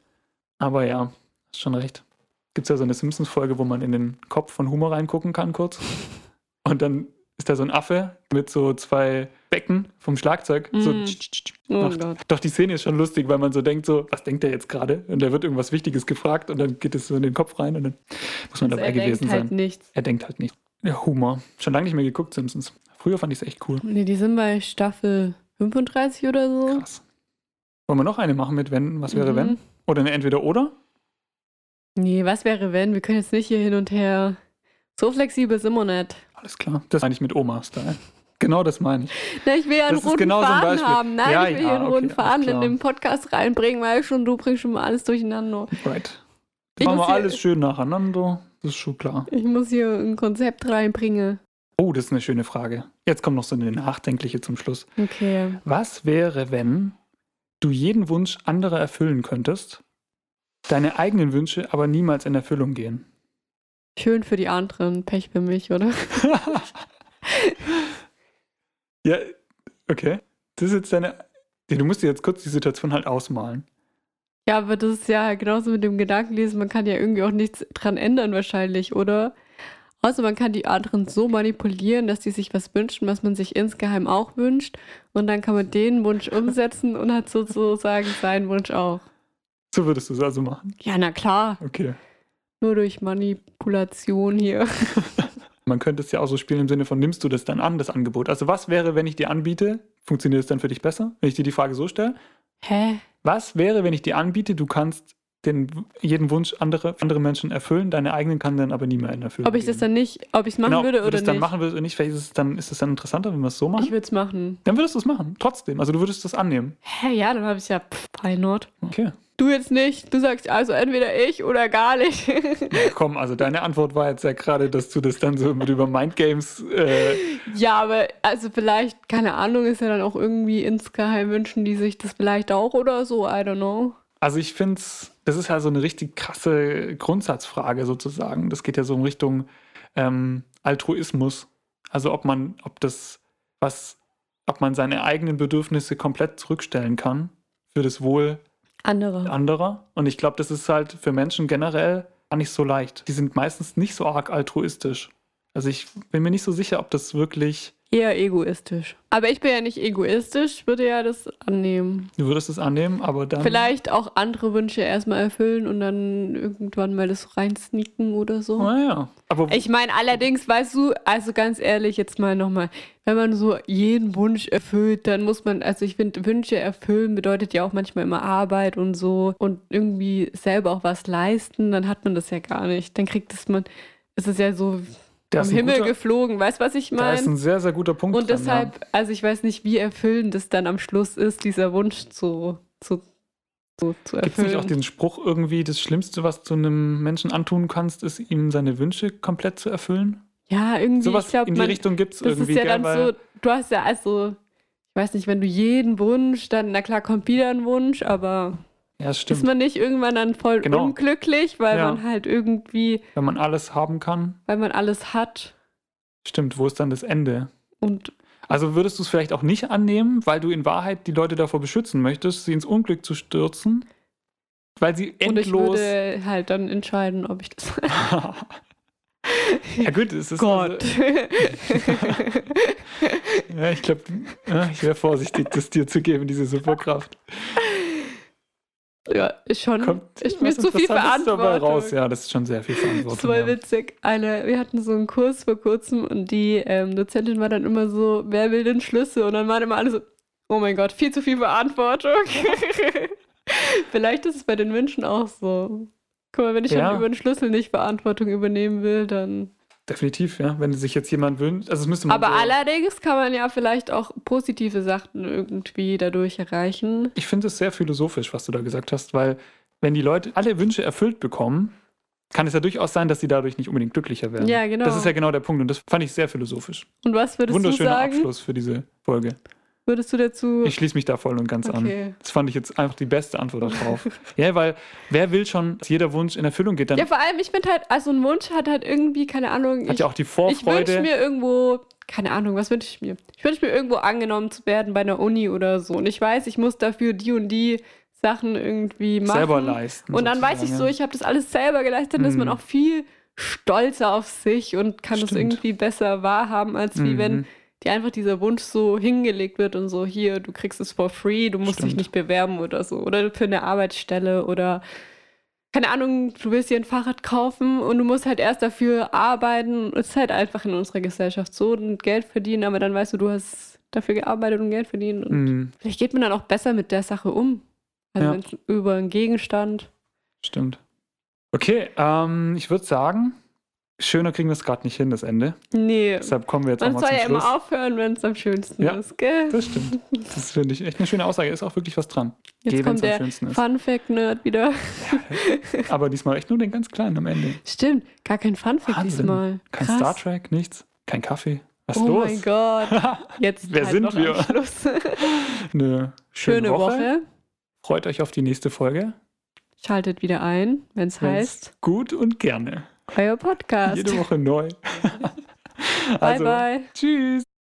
A: Aber ja, hast schon recht. Gibt es ja so eine Simpsons-Folge, wo man in den Kopf von Homer reingucken kann, kurz. Und dann ist da so ein Affe mit so zwei Becken vom Schlagzeug. So
B: Mm.
A: tsch, tsch, tsch,
B: Oh
A: macht.
B: Gott.
A: Doch die Szene ist schon lustig, weil man so denkt, so, was denkt der jetzt gerade? Und da wird irgendwas Wichtiges gefragt und dann geht es so in den Kopf rein und dann muss man
B: Also
A: dabei
B: er denkt
A: gewesen
B: halt
A: sein.
B: nichts.
A: Er denkt halt nicht. Der Humor. Schon lange nicht mehr geguckt, Simpsons. Früher fand ich es echt cool.
B: Nee, die sind bei Staffel 35 oder so.
A: Krass. Wollen wir noch eine machen mit wenn? Was wäre
B: Mhm.
A: wenn? Oder eine Entweder-Oder?
B: Nee, was wäre wenn? Wir können jetzt nicht hier hin und her. So flexibel sind wir nicht.
A: Alles klar. Das meine ich mit Oma-Style. Genau das meine ich.
B: Na, ich will ja einen
A: Das ist
B: roten
A: genau so ein
B: Faden
A: Beispiel.
B: haben. Nein,
A: Ja,
B: ich will
A: ja,
B: hier einen
A: okay,
B: roten
A: alles
B: Faden in
A: klar.
B: den Podcast reinbringen, weil schon du bringst schon mal alles durcheinander.
A: Right.
B: Ich
A: Machen
B: muss
A: wir
B: hier-
A: alles schön nacheinander. Das ist schon klar.
B: Ich muss hier ein Konzept reinbringen.
A: Oh, das ist eine schöne Frage. Jetzt kommt noch so eine nachdenkliche zum Schluss.
B: Okay.
A: Was wäre, wenn du jeden Wunsch anderer erfüllen könntest, deine eigenen Wünsche aber niemals in Erfüllung gehen?
B: Schön für die anderen, Pech für mich, oder?
A: ja, okay. Das ist jetzt deine. Du musst dir jetzt kurz die Situation halt ausmalen.
B: Ja, aber das ist ja genauso mit dem Gedankenlesen, man kann ja irgendwie auch nichts dran ändern wahrscheinlich, oder? Außer man kann die anderen so manipulieren, dass die sich was wünschen, was man sich insgeheim auch wünscht. Und dann kann man den Wunsch umsetzen und hat sozusagen seinen Wunsch auch.
A: So würdest du es also machen.
B: Ja, na klar.
A: Okay.
B: Nur durch Manipulation hier.
A: Man könnte es ja auch so spielen im Sinne von, nimmst du das dann an, das Angebot? Also was wäre, wenn ich dir anbiete, funktioniert es dann für dich besser? Wenn ich dir die Frage so stelle,
B: Hä?
A: was wäre, wenn ich dir anbiete, du kannst den, jeden Wunsch anderer andere Menschen erfüllen, deine eigenen kann dann aber nie mehr in Erfüllung
B: Ob ich das
A: gehen?
B: dann nicht, ob ich es machen
A: genau,
B: würde
A: würdest
B: oder
A: du es dann
B: nicht?
A: machen würdest oder nicht, vielleicht ist es dann, ist es dann interessanter, wenn wir es so machen.
B: Ich würde es machen.
A: dann würdest du es machen, trotzdem. Also du würdest es annehmen.
B: Hä, ja, dann habe ich ja, pff, why not?
A: Okay.
B: Du jetzt nicht. Du sagst also entweder ich oder gar nicht.
A: Ja, komm, also deine Antwort war jetzt ja gerade, dass du das dann so mit über Mindgames äh,
B: Ja, aber also vielleicht, keine Ahnung, ist ja dann auch irgendwie insgeheim wünschen die sich das vielleicht auch oder so, I don't know.
A: Also ich finde es, das ist ja so eine richtig krasse Grundsatzfrage sozusagen. Das geht ja so in Richtung ähm, Altruismus. Also ob man, ob das, was, ob man seine eigenen Bedürfnisse komplett zurückstellen kann für das Wohl
B: Andere.
A: anderer. Und ich glaube, das ist halt für Menschen generell gar nicht so leicht. Die sind meistens nicht so arg altruistisch. Also ich bin mir nicht so sicher, ob das wirklich,
B: Eher egoistisch. Aber ich bin ja nicht egoistisch, würde ja das annehmen.
A: du würdest es annehmen, aber dann.
B: Vielleicht auch andere Wünsche erstmal erfüllen und dann irgendwann mal das reinsneaken oder so.
A: Naja. Aber
B: Ich meine, allerdings, weißt du, also ganz ehrlich, jetzt mal nochmal, wenn man so jeden Wunsch erfüllt, dann muss man, also ich finde, Wünsche erfüllen bedeutet ja auch manchmal immer Arbeit und so und irgendwie selber auch was leisten, dann hat man das ja gar nicht. Dann kriegt es man, es ist ja so
A: da
B: vom
A: ist ein
B: Himmel
A: guter,
B: geflogen, weißt du, was ich
A: Da ist
B: meine?
A: ein sehr, sehr guter Punkt.
B: Und
A: dran,
B: deshalb, also ich weiß nicht, wie erfüllend es dann am Schluss ist, dieser Wunsch zu, zu, zu, zu erfüllen.
A: Gibt es nicht auch diesen Spruch irgendwie, das Schlimmste, was du einem Menschen antun kannst, ist, ihm seine Wünsche komplett zu erfüllen?
B: ja, irgendwie,
A: Sowas
B: ich glaube,
A: in die
B: man,
A: Richtung gibt es
B: Das
A: irgendwie,
B: ist ja
A: gell?
B: dann
A: Weil
B: so, du hast ja also, ich weiß nicht, wenn du jeden Wunsch, dann, na klar, kommt wieder ein Wunsch, aber
A: ja,
B: ist
A: stimmt.
B: man nicht irgendwann dann voll
A: Genau.
B: unglücklich, weil
A: Ja.
B: man halt irgendwie,
A: Wenn man alles haben kann,
B: weil man alles hat
A: stimmt, wo ist dann das Ende?
B: und
A: Also würdest du es vielleicht auch nicht annehmen, weil du in Wahrheit die Leute davor beschützen möchtest, sie ins Unglück zu stürzen, weil sie
B: und ich
A: endlos.
B: würde halt dann entscheiden, ob ich das.
A: ja, gut, es ist.
B: Gott.
A: Also, ja, ich glaube, ja, ich wäre vorsichtig, das dir zu geben, diese Superkraft.
B: ja, ist schon.
A: Kommt
B: ist mir
A: was
B: zu viel
A: Interessantes dabei
B: Verantwortung.
A: raus. Ja, das ist schon sehr viel Verantwortung.
B: Das war
A: ja.
B: witzig. Eine, wir hatten so einen Kurs vor kurzem und die ähm, Dozentin war dann immer so, wer will denn Schlüsse? Und dann waren immer alle so, oh mein Gott, viel zu viel Verantwortung. Vielleicht ist es bei den Menschen auch so. Guck mal, wenn ich
A: Ja.
B: dann über den Schlüssel nicht Verantwortung übernehmen will, dann.
A: Definitiv, ja. Wenn sich jetzt jemand wünscht, also es müsste man.
B: Aber
A: so,
B: allerdings kann man ja vielleicht auch positive Sachen irgendwie dadurch erreichen.
A: Ich finde es sehr philosophisch, was du da gesagt hast, weil wenn die Leute alle Wünsche erfüllt bekommen, kann es ja durchaus sein, dass sie dadurch nicht unbedingt glücklicher werden.
B: Ja, genau.
A: Das ist ja genau der Punkt und das fand ich sehr philosophisch.
B: Und was würdest du
A: Wunderschöner
B: sagen?
A: Abschluss für diese Folge.
B: Würdest du dazu.
A: Ich schließe mich da voll und ganz
B: Okay.
A: an. Das fand ich jetzt einfach die beste Antwort darauf. ja, weil wer will schon, dass jeder Wunsch in Erfüllung geht, dann
B: ja, vor allem, ich finde halt, also ein Wunsch hat halt irgendwie, keine Ahnung.
A: ähm, hat
B: ich-
A: ja auch die
B: Ich wünsche
A: Vorfreude.
B: mir irgendwo, keine Ahnung, was wünsche ich mir? Ich wünsche mir irgendwo angenommen zu werden bei einer Uni oder so. Und ich weiß, ich muss dafür die und die Sachen irgendwie machen.
A: Selber leisten,
B: Und dann weiß ich
A: sozusagen,
B: so,
A: ja.
B: ich habe das alles selber geleistet, dann ist
A: Mhm.
B: man auch viel stolzer auf sich und kann es
A: Stimmt.
B: irgendwie besser wahrhaben, als wie
A: Mhm.
B: wenn dir einfach dieser Wunsch so hingelegt wird und so, hier, du kriegst es for free, du musst dich
A: Stimmt.
B: nicht bewerben oder so. Oder für eine Arbeitsstelle oder keine Ahnung, du willst dir ein Fahrrad kaufen und du musst halt erst dafür arbeiten. Es ist halt einfach in unserer Gesellschaft so und Geld verdienen, aber dann weißt du, du hast dafür gearbeitet und Geld verdient. Und
A: Mhm,
B: vielleicht geht man dann auch besser mit der Sache um. Also
A: Ja.
B: wenn's über einen Gegenstand.
A: stimmt. Okay, ähm, ich würde sagen, schöner kriegen wir es gerade nicht hin, das Ende.
B: Nee.
A: Deshalb kommen wir jetzt auch
B: Man
A: mal
B: soll
A: zum
B: ja
A: Schluss.
B: immer aufhören, wenn es am schönsten
A: Ja.
B: ist, gell?
A: Das stimmt. Das finde ich echt eine schöne Aussage. Ist auch wirklich was dran.
B: Jetzt
A: Geh, wenn's
B: kommt der
A: am schönsten ist.
B: Fun Fact Nerd wieder.
A: Aber diesmal echt nur den ganz kleinen am Ende.
B: Stimmt, gar kein Fun Fact
A: Wahnsinn.
B: diesmal.
A: Kein
B: Krass.
A: Star Trek, nichts. Kein Kaffee. Was ist
B: oh
A: los?
B: mein Gott. Jetzt
A: Wer
B: halt
A: sind
B: noch
A: wir?
B: Am Schluss.
A: Eine schöne,
B: Schöne
A: Woche.
B: Woche.
A: Freut euch auf die nächste Folge.
B: Schaltet wieder ein, wenn es heißt,
A: Gut und gerne.
B: euer Podcast.
A: Jede Woche neu.
B: bye, bye.
A: Also, Tschüss.